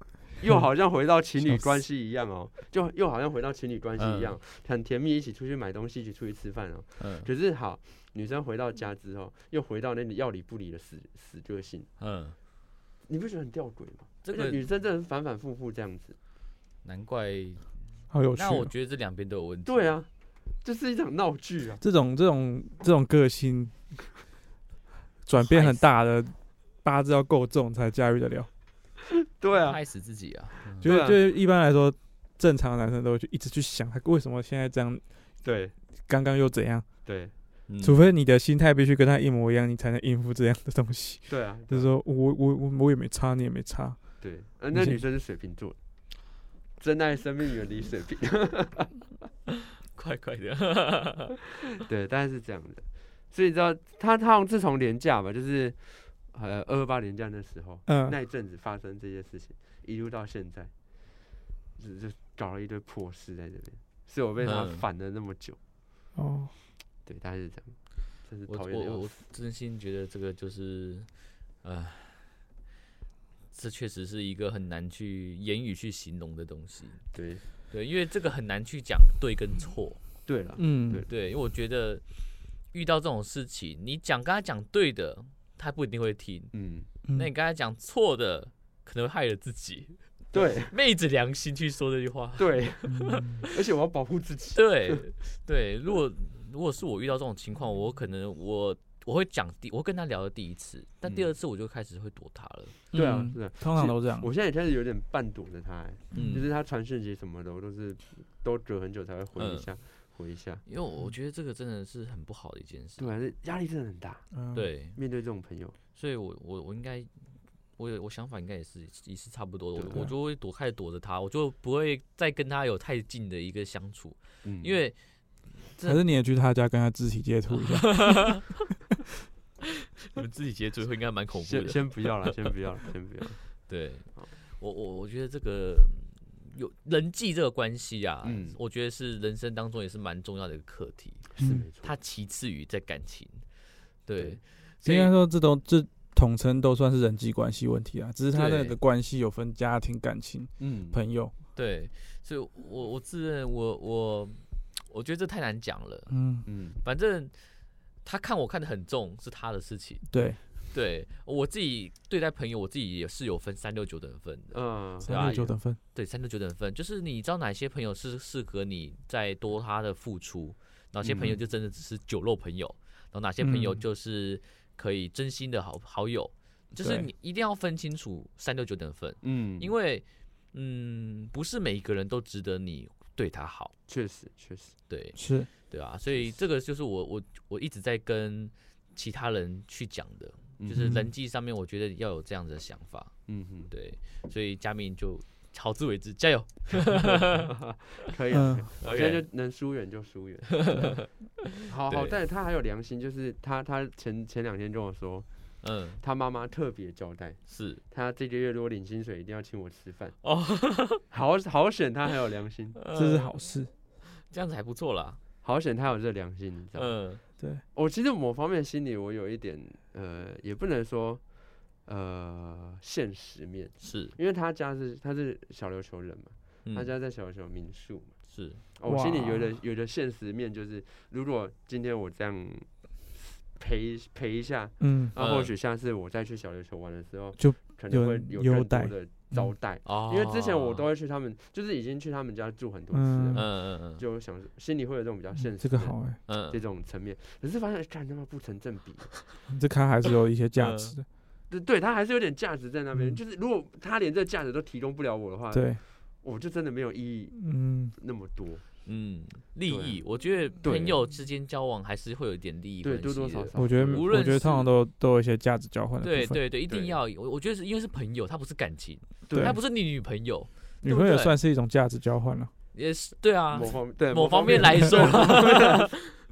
Speaker 2: 又好像回到情侣关系一样哦，就又好像回到情侣关系一样，很甜蜜，一起出去买东西，一起出去吃饭哦。
Speaker 1: 嗯
Speaker 2: 可是好，女生回到家之后，又回到那里要理不理的死死个性，
Speaker 1: 嗯，
Speaker 2: 你不觉得很吊诡吗？
Speaker 1: 这
Speaker 2: 而且
Speaker 1: 个
Speaker 2: 女生真的是反反复复这样子。
Speaker 1: 难怪。
Speaker 4: 好有趣
Speaker 1: 那我
Speaker 4: 哦，
Speaker 1: 觉得这两边都有问题。
Speaker 2: 对，啊，这是一场闹剧啊。
Speaker 4: 这种这种这种
Speaker 2: [laughs]
Speaker 4: 个性转变很大的，八字要够重才驾驭得了。
Speaker 2: 对啊，
Speaker 1: 害死自己啊！嗯
Speaker 4: 就
Speaker 2: 对
Speaker 4: 是
Speaker 2: 啊
Speaker 4: 就是一般来说，正常的男生都会去一直去想他为什么现在这样，
Speaker 2: 对
Speaker 4: 刚刚又怎样。
Speaker 2: 对
Speaker 1: 嗯
Speaker 4: 除非你的心态必须跟他一模一样，你才能应付这样的东西。
Speaker 2: 对啊，
Speaker 4: [laughs] 就是说我我我我也没差，你也没差，
Speaker 2: 对，呃，那
Speaker 4: 你
Speaker 2: 女
Speaker 4: 先
Speaker 2: 生是水瓶座，珍爱生命，远离水 [laughs] 瓶。
Speaker 1: 快快的，
Speaker 2: [laughs] 对，大概是这样的。所以你知道，他他好像自从年假吧，就是呃二二八年假那时候，
Speaker 4: 嗯，
Speaker 2: 那一阵子发生这些事情，一路到现在，就就搞了一堆破事在这边，所以我被他
Speaker 1: 嗯
Speaker 2: 烦了那么久。
Speaker 4: 哦，
Speaker 2: 对，大概是这样，真是
Speaker 1: 我
Speaker 2: 讨厌的
Speaker 1: 我
Speaker 2: 要
Speaker 1: 我
Speaker 2: 死。
Speaker 1: 真心觉得这个就是，呃，这确实是一个很难去言语去形容的东西。
Speaker 2: 对
Speaker 1: 对，因为这个很难去讲对跟错。
Speaker 2: 对了，
Speaker 4: 嗯
Speaker 2: 对，
Speaker 1: 对，因为我觉得遇到这种事情，你讲跟他讲对的，他不一定会听；
Speaker 2: 嗯，
Speaker 1: 那你跟
Speaker 4: 嗯
Speaker 1: 他讲错的，可能会害了自己。
Speaker 2: 对
Speaker 1: 昧着良心去说这句话。
Speaker 2: 对， [laughs]
Speaker 4: 嗯
Speaker 2: 而且我要保护自己。
Speaker 1: 对对，如果如果是我遇到这种情况，我可能我我会讲第，我会跟他聊的第一次，但第
Speaker 2: 嗯
Speaker 1: 二次我就开始会躲他了。
Speaker 2: 对啊，
Speaker 4: 嗯
Speaker 2: 对啊。
Speaker 4: 通常都这样，
Speaker 2: 我现在也开始有点半躲着他、欸，就
Speaker 1: 嗯，
Speaker 2: 是他传讯息什么的，我都是都隔很久才会回一
Speaker 1: 嗯
Speaker 2: 下，回一下。
Speaker 1: 因为我觉得这个真的是很不好的一件事
Speaker 2: 对。啊，这压力真的很大。
Speaker 4: 嗯，
Speaker 1: 对，
Speaker 2: 面对这种朋友，
Speaker 1: 所以我我我应该。我有我想法应该也是也是差不多的，
Speaker 2: 对啊
Speaker 1: 我我就会躲开始躲着他，我就不会再跟他有太近的一个相处，
Speaker 2: 嗯，
Speaker 1: 因为这
Speaker 4: 还是你也去他家跟他肢体接触一下，
Speaker 1: 你们自己接触会应该蛮恐怖
Speaker 2: 先
Speaker 1: 的。
Speaker 2: 先不要了，先不要了， [laughs] 先不要了。
Speaker 1: 对
Speaker 2: 好，
Speaker 1: 我我我觉得这个有人际这个关系啊，
Speaker 2: 嗯
Speaker 1: 我觉得是人生当中也是蛮重要的一个课题，
Speaker 2: 是
Speaker 4: 嗯
Speaker 2: 没错，
Speaker 1: 它其次于在感情。对
Speaker 2: 对，
Speaker 1: 所
Speaker 4: 应
Speaker 1: 以
Speaker 4: 该说这都这统称都算是人际关系问题啊，只是他那
Speaker 1: 对
Speaker 4: 个关系有分家庭、感情、
Speaker 2: 嗯
Speaker 4: 朋友，
Speaker 1: 对，所以我我自认我我我觉得这太难讲了，
Speaker 4: 嗯，
Speaker 2: 嗯，
Speaker 1: 反正。他看我看得很重是他的事情，
Speaker 4: 对，
Speaker 1: 对我自己对待朋友，我自己也是有分三六九等分的。
Speaker 2: 嗯，
Speaker 4: 三六九等分，
Speaker 1: 对，三六九等分，就是你知道哪些朋友是适合你再多他的付出，哪些朋友
Speaker 2: 嗯
Speaker 1: 就真的只是酒肉朋友，然后哪些朋友
Speaker 4: 嗯
Speaker 1: 就是可以真心的好好友，就是
Speaker 4: 对
Speaker 1: 你一定要分清楚三六九等分，
Speaker 2: 嗯，
Speaker 1: 因为嗯，不是每一个人都值得你对他好，
Speaker 2: 确实确实，
Speaker 1: 对
Speaker 4: 是
Speaker 1: 对啊，所以这个就是我我我一直在跟其他人去讲的，就是
Speaker 4: 嗯
Speaker 1: 人际上面，我觉得要有这样子的想法，
Speaker 2: 嗯哼，
Speaker 1: 对，所以嘉明就好自为之，加油。
Speaker 2: 可以啊，
Speaker 4: 嗯，
Speaker 2: 我现在就能疏远
Speaker 1: [laughs]
Speaker 2: 就疏远。好好，
Speaker 1: 对
Speaker 2: 但他还有良心，就是他他前前两天跟我说，
Speaker 1: 嗯，
Speaker 2: 他妈妈特别交代，
Speaker 1: 是
Speaker 2: [laughs] 他这个月如果领薪水，一定要请我吃饭。
Speaker 1: 哦，
Speaker 2: 好好险，他还有良心，
Speaker 4: 这
Speaker 1: 呃
Speaker 4: 是好事，
Speaker 1: 这样子还不错啦。
Speaker 2: 好险他有这良心，你知道吗？
Speaker 1: 嗯
Speaker 4: 对，
Speaker 2: 我其实某方面心里我有一点，呃，也不能说，呃，现实面，
Speaker 1: 是，
Speaker 2: 因为他家是他是小琉球人嘛，
Speaker 1: 嗯
Speaker 2: 他家在小琉球民宿嘛，
Speaker 1: 是
Speaker 2: 哦我心里有
Speaker 4: 哇
Speaker 2: 点有点现实面，就是如果今天我这样陪陪一下，
Speaker 4: 嗯，
Speaker 2: 那、或
Speaker 1: 嗯
Speaker 2: 许下次我再去小琉球玩的时候，
Speaker 4: 就
Speaker 2: 可能
Speaker 4: 有
Speaker 2: 会
Speaker 4: 人
Speaker 2: 有
Speaker 4: 优
Speaker 2: 更多
Speaker 4: 待嗯
Speaker 2: 的招待，
Speaker 1: 哦，
Speaker 2: 因为之前我都会去他们，就是已经去他们家住很多次了
Speaker 1: 嗯
Speaker 2: 嘛，
Speaker 1: 嗯嗯
Speaker 2: 就想说心里会有这种比较现实、
Speaker 4: 这个好。哎，
Speaker 1: 嗯
Speaker 2: 这种层面，可是发现，哎干他妈不成正比，
Speaker 4: 欸这咖还是有一些价值的，
Speaker 2: 对对，他还是有点价值在那边。
Speaker 4: 嗯
Speaker 2: 就是如果他连这价值都提供不了我的话，
Speaker 4: 对，
Speaker 2: 我就真的没有意义
Speaker 4: 嗯，
Speaker 2: 那么多。
Speaker 1: 嗯，利
Speaker 2: 对啊
Speaker 1: 益，我觉得
Speaker 2: 对
Speaker 1: 朋友之间交往还是会有一点利益
Speaker 2: 对
Speaker 1: 关
Speaker 2: 多多
Speaker 1: 系
Speaker 2: 少
Speaker 1: 的
Speaker 2: 少
Speaker 4: 我觉得
Speaker 1: 无
Speaker 4: 我
Speaker 1: 论
Speaker 4: 觉得通
Speaker 1: 是
Speaker 4: 常都都有一些价值交换的
Speaker 1: 对
Speaker 4: 部分，
Speaker 1: 对对，一定
Speaker 2: 对
Speaker 1: 要，我我觉得是因为是朋友，他不是感情，
Speaker 2: 对
Speaker 1: 他不是你女朋友，
Speaker 4: 女朋友
Speaker 1: 对不对
Speaker 4: 算是一种价值交换了，
Speaker 1: 也是对啊
Speaker 2: 某，方面对
Speaker 1: 某方面来说， [laughs]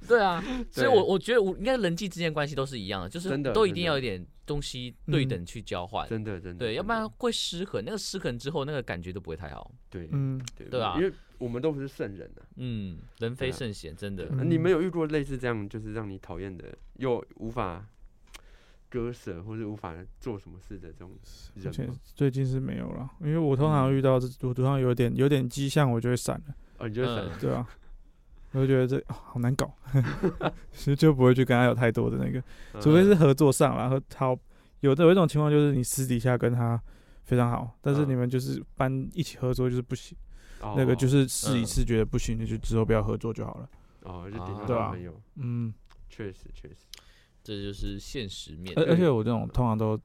Speaker 1: 对啊，所以我我觉得我应该人际之间关系都是一样的，就是
Speaker 2: 真的
Speaker 1: 都一
Speaker 2: 真
Speaker 1: 定
Speaker 2: 的
Speaker 1: 要有点东西对
Speaker 4: 嗯
Speaker 1: 等去交换，
Speaker 2: 真的真的
Speaker 1: 对，要
Speaker 2: 真
Speaker 1: 不然
Speaker 2: 的
Speaker 1: 会失衡，那个失衡之后那个感觉都不会太好。
Speaker 2: 对
Speaker 4: 嗯，
Speaker 2: 对
Speaker 1: 对啊
Speaker 2: 因为我们都不是圣人啊。
Speaker 1: 嗯，人非
Speaker 2: 对啊
Speaker 1: 圣贤，真的。
Speaker 4: 嗯
Speaker 2: 你们有遇过类似这样，就是让你讨厌的，又无法割舍，或者无法做什么事的这种
Speaker 4: 目
Speaker 2: 人
Speaker 4: 前
Speaker 2: 吗？
Speaker 4: 最近是没有了，因为我通常遇到这，我通常有点有点迹象，我就会闪了，
Speaker 2: 哦，你就
Speaker 1: 嗯
Speaker 2: 想，
Speaker 4: 对啊，我就觉得这、啊好难搞， [laughs] 其实就不会去跟他有太多的那个，
Speaker 2: 嗯
Speaker 4: 除非是合作上啦，和好有的有一种情况就是你私底下跟他非常好，但是
Speaker 2: 嗯
Speaker 4: 你们就是班一起合作就是不行，
Speaker 2: 哦
Speaker 4: 那个就是试一
Speaker 1: 嗯
Speaker 4: 次觉得不行，那就之后不要合作就好了。
Speaker 2: 哦，就顶
Speaker 1: 啊
Speaker 2: 多
Speaker 4: 对啊
Speaker 2: 当朋友，
Speaker 4: 嗯，
Speaker 2: 确实确实，
Speaker 1: 这就是现实面。
Speaker 4: 而
Speaker 2: 对
Speaker 4: 而且我这种通常都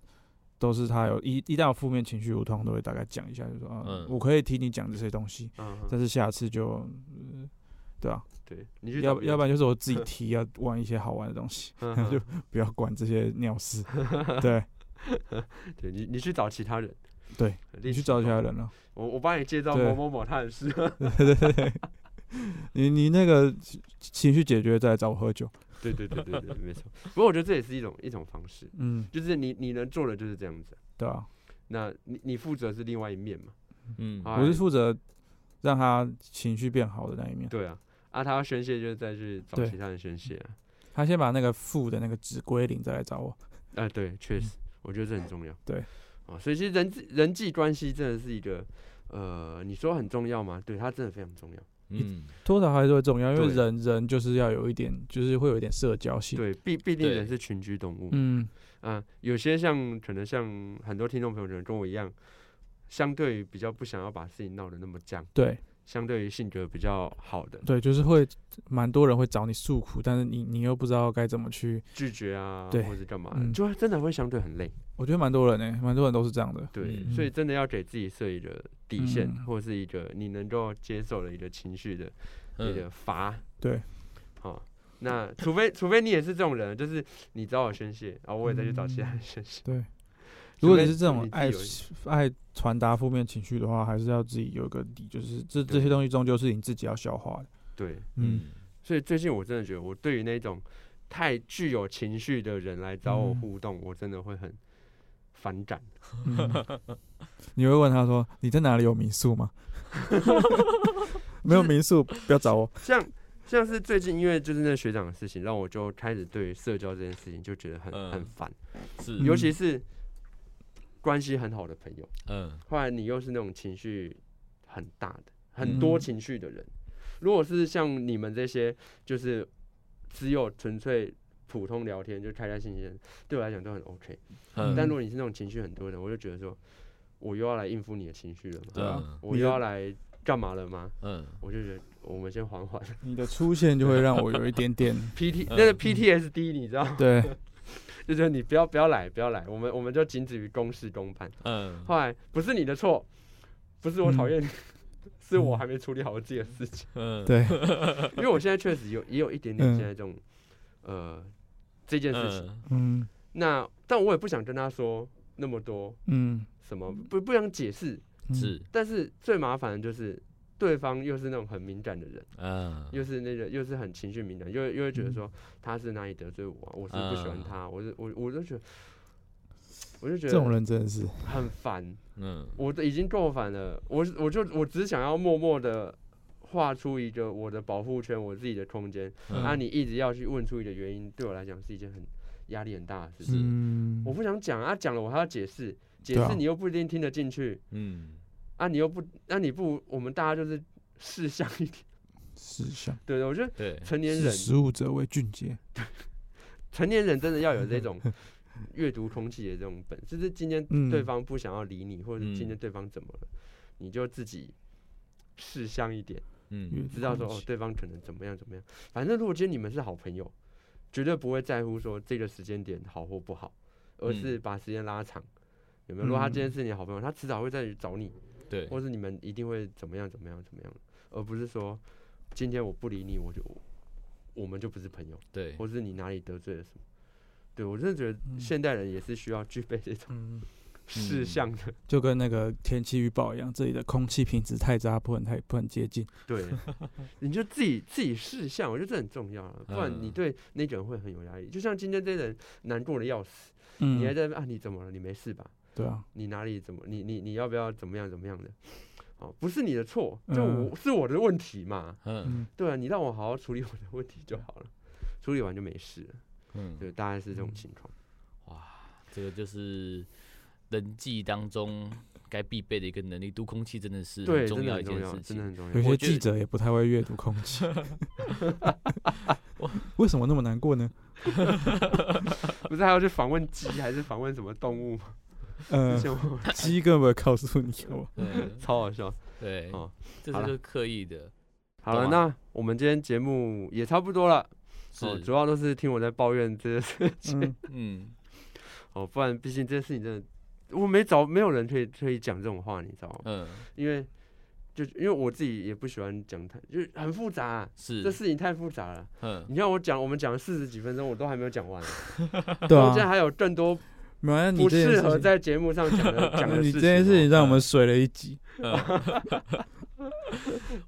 Speaker 4: 都是他有一一旦有负面情绪，我通常都会大概讲一下，就说啊，
Speaker 1: 嗯
Speaker 4: 我可以听你讲这些东西，
Speaker 2: 嗯，
Speaker 4: 但是下次就，呃对啊，
Speaker 2: 对，你去
Speaker 4: 要
Speaker 2: 找
Speaker 4: 要不
Speaker 2: 别
Speaker 4: 然就是
Speaker 2: [laughs]
Speaker 4: 我自己提，要玩一些好玩的东西，
Speaker 2: 人， [laughs] 嗯
Speaker 4: 就
Speaker 2: 嗯
Speaker 4: 不要管这些鸟
Speaker 2: [laughs]
Speaker 4: 事。对，
Speaker 2: 对你你去找其他人，
Speaker 4: 对，
Speaker 2: 你
Speaker 4: 你去找其他人了。
Speaker 2: 我我帮你介绍
Speaker 4: 对
Speaker 2: 某某某，他很 [laughs] 适合。
Speaker 4: 对对对，你你那个情情绪解决再来找我喝酒。
Speaker 2: 对对对对对，没错。 [laughs] 不过我觉得这也是一种一种方式，
Speaker 4: 嗯，
Speaker 2: 就是你你能做的就是这样子啊。
Speaker 4: 对啊，
Speaker 2: 那你你负责是另外一面嘛？
Speaker 1: 嗯，
Speaker 2: 啊
Speaker 4: 我是负责让他情绪变好的那一面。
Speaker 2: 对啊，啊，他要宣泄就再去找
Speaker 4: 对
Speaker 2: 其他人宣泄啊。
Speaker 4: 他先把那个负的那个值归零，再来找我。
Speaker 2: 啊，对，确实，我觉得这很重要。
Speaker 4: 对，
Speaker 2: 啊，所以其实人际人际关系真的是一个，呃，你说很重要吗？对，它真的非常重要。 [laughs]
Speaker 1: 嗯，
Speaker 4: 多少还是会重要，因为
Speaker 2: 对
Speaker 4: 人人就是要有一点，就是会有一点社交性。，
Speaker 2: 对，毕毕竟
Speaker 1: 对
Speaker 2: 人是群居动物。
Speaker 4: 嗯，
Speaker 2: 啊，有些像可能像很多听众朋友可能跟我一样，相对于比较不想要把事情闹得那么僵，
Speaker 4: 对
Speaker 2: 相对于性格比较好的
Speaker 4: 对，就是会蛮多人会找你诉苦，但是你你又不知道该怎么去。
Speaker 2: 拒绝啊，
Speaker 4: 对
Speaker 2: 或者干嘛的，
Speaker 4: 嗯
Speaker 2: 就真的会相对很累。
Speaker 4: 我觉得蛮多人呢、蛮多人都是这样的。
Speaker 2: 对，
Speaker 1: 嗯
Speaker 2: 所以真的要给自己设一个底线，
Speaker 4: 嗯
Speaker 2: 或是一个你能够接受的一个情绪的一
Speaker 1: 嗯
Speaker 2: 个阀。
Speaker 4: 对，
Speaker 2: 好、那除非除非你也是这种人，就是你找我宣泄，然后我也再去找其他人宣泄。
Speaker 4: 嗯对，
Speaker 2: 除
Speaker 4: 如果
Speaker 2: 非
Speaker 4: 你是这种
Speaker 2: 自己
Speaker 4: 爱
Speaker 2: 有一
Speaker 4: 爱传达负面情绪的话，还是要自己有一个底，就是这
Speaker 2: 对
Speaker 4: 这些东西终究是你自己要消化的。
Speaker 2: 对， [laughs]
Speaker 4: 嗯，
Speaker 2: 所以最近我真的觉得，我对于那种太具有情绪的人来找我
Speaker 4: 嗯
Speaker 2: 互动，我真的会很反感。
Speaker 4: 嗯你会问他说：“你在哪里有民宿吗？” [laughs] 没有民宿，不要找我。
Speaker 2: 像像是最近因为就是那学长的事情，让我就开始对于社交这件事情就觉得很、很
Speaker 1: 嗯
Speaker 2: 烦，
Speaker 1: 是，
Speaker 2: 尤
Speaker 4: 嗯
Speaker 2: 其是关系很好的朋友，
Speaker 1: 嗯
Speaker 2: 后来你又是那种情绪很大的、很多
Speaker 4: 嗯
Speaker 2: 情绪的人。如果是像你们这些，就是只有纯粹普通聊天，就开开心心的，对我来讲都很 OK。
Speaker 1: 嗯
Speaker 2: 但如果你是那种情绪很多的，我就觉得说，我又要来应付你的情绪了嘛，
Speaker 4: 对啊
Speaker 1: 嗯
Speaker 2: 我
Speaker 4: 你
Speaker 2: 又
Speaker 4: 的
Speaker 2: 要来干嘛了吗？
Speaker 1: 嗯，
Speaker 2: 我就觉得我们先缓缓。
Speaker 4: 你的出现就会让我有一
Speaker 2: [laughs]
Speaker 4: 点点
Speaker 2: P T
Speaker 1: 嗯
Speaker 2: 那个 P T S D 你知道，
Speaker 4: 对，
Speaker 2: [laughs] 就是你不要不要来不要来，我们我们就仅止于公事公办。
Speaker 1: 嗯，
Speaker 2: 后来不是你的错，不是我讨厌你， [laughs] 是我
Speaker 4: 嗯
Speaker 2: 还没处理好我自己的事情。 [laughs]
Speaker 1: 嗯，
Speaker 4: 对，
Speaker 2: 因为我现在确实有也有一点点
Speaker 4: 嗯
Speaker 2: 现在这种、呃这件事情。
Speaker 1: 嗯，
Speaker 4: 嗯
Speaker 2: 那但我也不想跟他说那么多
Speaker 4: 嗯，
Speaker 2: 什么，不不想解释。
Speaker 4: 嗯，
Speaker 1: 是，
Speaker 2: 但是最麻烦的就是对方又是那种很敏感的人，
Speaker 1: 嗯，
Speaker 2: 又是那个又是很情绪敏感，又又会觉得
Speaker 4: 嗯
Speaker 2: 说他是哪里得罪我、啊，我是不喜欢
Speaker 1: 嗯
Speaker 2: 他，我是我我就觉得。我就觉
Speaker 4: 这种
Speaker 2: 得
Speaker 4: 人真的是，
Speaker 2: 很烦，
Speaker 1: 嗯，
Speaker 2: 我都已经够烦了。我我就我只想要默默的画出一个我的保护圈，我自己的空间。那、
Speaker 1: 嗯
Speaker 4: 啊
Speaker 2: 你一直要去问出你的原因，对我来讲是一件很压力很大的事情。
Speaker 1: 是
Speaker 4: 嗯
Speaker 2: 我，不想讲啊，讲了我还要解释，解
Speaker 4: 对啊
Speaker 2: 释你又不一定听得进去
Speaker 1: 嗯，
Speaker 2: 啊，你又不，那、你不，我们大家就是事项一点。
Speaker 4: 事项，
Speaker 2: 对对，我觉得
Speaker 1: 对，
Speaker 2: 成年
Speaker 4: 识
Speaker 2: 人，
Speaker 4: 时务者为俊杰，
Speaker 2: 成年人真的要有这种阅读空气的这种本事，就是今天
Speaker 4: 嗯
Speaker 2: 对方不想要理你，或者是
Speaker 1: 嗯
Speaker 2: 今天对方怎么了，你就自己事项一点。
Speaker 1: 嗯，
Speaker 2: 知道说
Speaker 4: 空
Speaker 2: 哦，
Speaker 4: 气
Speaker 2: 对方可能怎么样怎么样。反正如果今天你们是好朋友，绝对不会在乎说这个时间点好或不好，而是把时间拉长。有没有？如果他今天
Speaker 4: 嗯
Speaker 2: 是你的好朋友，他迟早会再找你，
Speaker 1: 对，嗯
Speaker 2: 或是你们一定会怎么样怎么样怎么样，而不是说今天我不理你，我就我们就不是朋友，
Speaker 1: 对，
Speaker 2: 或是你哪里得罪了什么。对我真的觉得
Speaker 4: 嗯
Speaker 2: 现代人也是需要具备这种
Speaker 4: 嗯，
Speaker 2: 事项的。
Speaker 1: [laughs]
Speaker 4: 就跟那个天气预报一样，这里的空气品质太差，不能太不能接近。
Speaker 2: 对，你就自己自己事项，我觉得这很重要啊，不然你
Speaker 1: 嗯
Speaker 2: 对那个人会很有压力。就像今天这人难过的要死，
Speaker 4: 嗯
Speaker 2: 你还在那边啊？你怎么了？你没事吧？
Speaker 4: 对啊，
Speaker 2: 你哪里怎么？你你你要不要怎么样怎么样的？哦，不是你的错，就
Speaker 4: 嗯
Speaker 2: 我、是我的问题嘛。
Speaker 1: 嗯
Speaker 4: 嗯，
Speaker 2: 对啊，你让我好好处理我的问题就好了，处理完就没事了。
Speaker 1: 嗯，
Speaker 2: 对，大概是这种情况。
Speaker 1: 这个就是人际当中该必备的一个能力，读空气真的是
Speaker 2: 对，
Speaker 1: 很
Speaker 2: 真的
Speaker 1: 要一
Speaker 2: 很
Speaker 1: 件
Speaker 2: 重要，
Speaker 1: 事
Speaker 2: 真
Speaker 1: 情。
Speaker 2: 的
Speaker 1: [laughs]
Speaker 2: 很重
Speaker 4: 嗯有
Speaker 2: 要。
Speaker 1: 我
Speaker 4: 些
Speaker 1: 觉得
Speaker 4: 记者也不太会阅读空
Speaker 2: [laughs]
Speaker 4: 气。 [laughs] 为什么那么难过呢？
Speaker 2: 不是还要去访问鸡还是访问什么动物吗？
Speaker 1: 嗯
Speaker 2: [laughs]
Speaker 4: 呃
Speaker 2: 之，
Speaker 1: [laughs]
Speaker 2: 前我
Speaker 4: 鸡根本告诉你
Speaker 2: [laughs]
Speaker 4: 好不好
Speaker 1: 对
Speaker 2: 超好笑。
Speaker 1: 对
Speaker 2: [laughs] 哦，
Speaker 1: 这
Speaker 2: 好
Speaker 1: 是
Speaker 2: 了
Speaker 1: 个刻意的，
Speaker 2: 好了，
Speaker 1: 懂啊
Speaker 2: 那我们今天节目也差不多了。
Speaker 1: 是
Speaker 2: 哦，主要都是听我在抱怨这些事
Speaker 4: 嗯，
Speaker 1: 嗯，
Speaker 2: 哦，不然毕竟这些事情真的，我没找没有人可以可以讲这种话，你知道吗？
Speaker 1: 嗯，
Speaker 2: 因为就因为我自己也不喜欢讲太，就是很复杂、啊这
Speaker 1: 是，
Speaker 2: 事情太复杂了。
Speaker 1: 嗯，
Speaker 2: [laughs] 你看我讲，我们讲了四十几分钟，我都还没有讲完，
Speaker 4: 对
Speaker 2: 我
Speaker 4: 啊
Speaker 2: 现，在还有更多
Speaker 4: 没关系，
Speaker 2: 不
Speaker 4: 你这件
Speaker 2: 适
Speaker 4: 事
Speaker 2: 合
Speaker 4: 情 [laughs]
Speaker 2: 在节目上讲的讲的
Speaker 4: 你
Speaker 2: 事情哦。
Speaker 4: 这件事情让我们水了一
Speaker 2: [laughs]
Speaker 4: 集。
Speaker 1: 嗯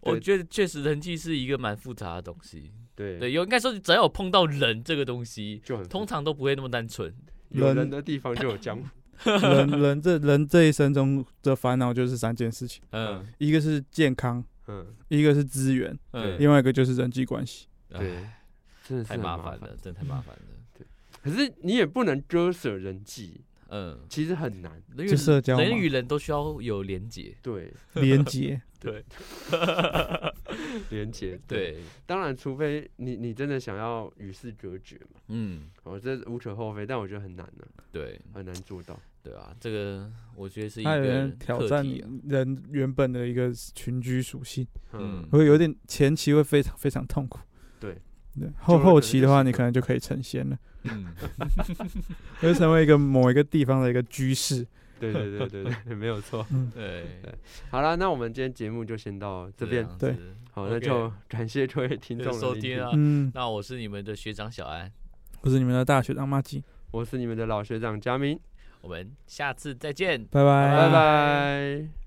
Speaker 1: 我
Speaker 2: 对
Speaker 1: 觉得确实人际是一个蛮复杂的东西，
Speaker 2: 对
Speaker 1: 对，有应该说只要有碰到人这个东西，
Speaker 2: 就很
Speaker 1: 通
Speaker 2: 通
Speaker 1: 常都不会那么单纯，
Speaker 2: 有人
Speaker 4: 人
Speaker 2: 的地方就有江
Speaker 1: [laughs]
Speaker 2: 湖。
Speaker 4: 人人这人这一生中的烦恼就是三件事情，
Speaker 1: 嗯
Speaker 4: 一个是健康，
Speaker 2: 嗯，
Speaker 4: 一个是资源，
Speaker 1: 嗯，
Speaker 4: 另外一个就是人际关系。
Speaker 1: 哎
Speaker 2: 对，真的是
Speaker 1: 太
Speaker 2: 很
Speaker 1: 麻
Speaker 2: 烦
Speaker 1: 烦。了，真的太麻烦了，
Speaker 2: 可是你也不能割舍人际，
Speaker 1: 嗯，
Speaker 2: 其实很难。
Speaker 1: 人与
Speaker 4: 就社交嘛
Speaker 1: 人与人都需要有连
Speaker 2: [laughs]
Speaker 1: 接，
Speaker 2: 对，
Speaker 4: 连接，
Speaker 1: 对，
Speaker 2: 连接。
Speaker 1: 对，
Speaker 2: 当然，除非你你真的想要与世隔绝嘛，
Speaker 1: 嗯，
Speaker 2: 哦，这无可厚非，但我觉得很难呢、
Speaker 1: 对，
Speaker 2: 很难做到。
Speaker 1: 对啊，这个我觉得是一
Speaker 4: 它有
Speaker 1: 个
Speaker 4: 点挑
Speaker 1: 课
Speaker 4: 战
Speaker 1: 题啊
Speaker 4: 人原本的一个群居属性，
Speaker 2: 嗯
Speaker 1: 嗯，
Speaker 4: 会有点前期会非常非常痛苦。
Speaker 2: 对
Speaker 4: 对，
Speaker 2: 久
Speaker 4: 后
Speaker 2: 了可能
Speaker 4: 后期的话，
Speaker 2: 就是
Speaker 4: 你可能就可以成仙了，
Speaker 2: [laughs]
Speaker 1: 嗯，
Speaker 4: 会成为一个某一个地方的一个居士。
Speaker 2: 对对对对对， [laughs] 没有
Speaker 1: [laughs]
Speaker 2: 错。
Speaker 1: 对，
Speaker 2: 好啦，那我们今天节目就先到这边。
Speaker 1: 样
Speaker 4: 对
Speaker 1: 子
Speaker 2: 好，
Speaker 1: 啊 OK
Speaker 2: 那就感谢各位听
Speaker 1: 对
Speaker 2: 众的
Speaker 1: 收
Speaker 2: 聆
Speaker 1: 听
Speaker 2: 听
Speaker 1: 啊。
Speaker 4: 嗯，
Speaker 1: 那我是你们的学长小安，
Speaker 4: 我是你们的大学长妈鸡，
Speaker 2: 我是你们的老学长佳明，
Speaker 1: 我们下次再见。
Speaker 4: 拜拜，
Speaker 2: 拜拜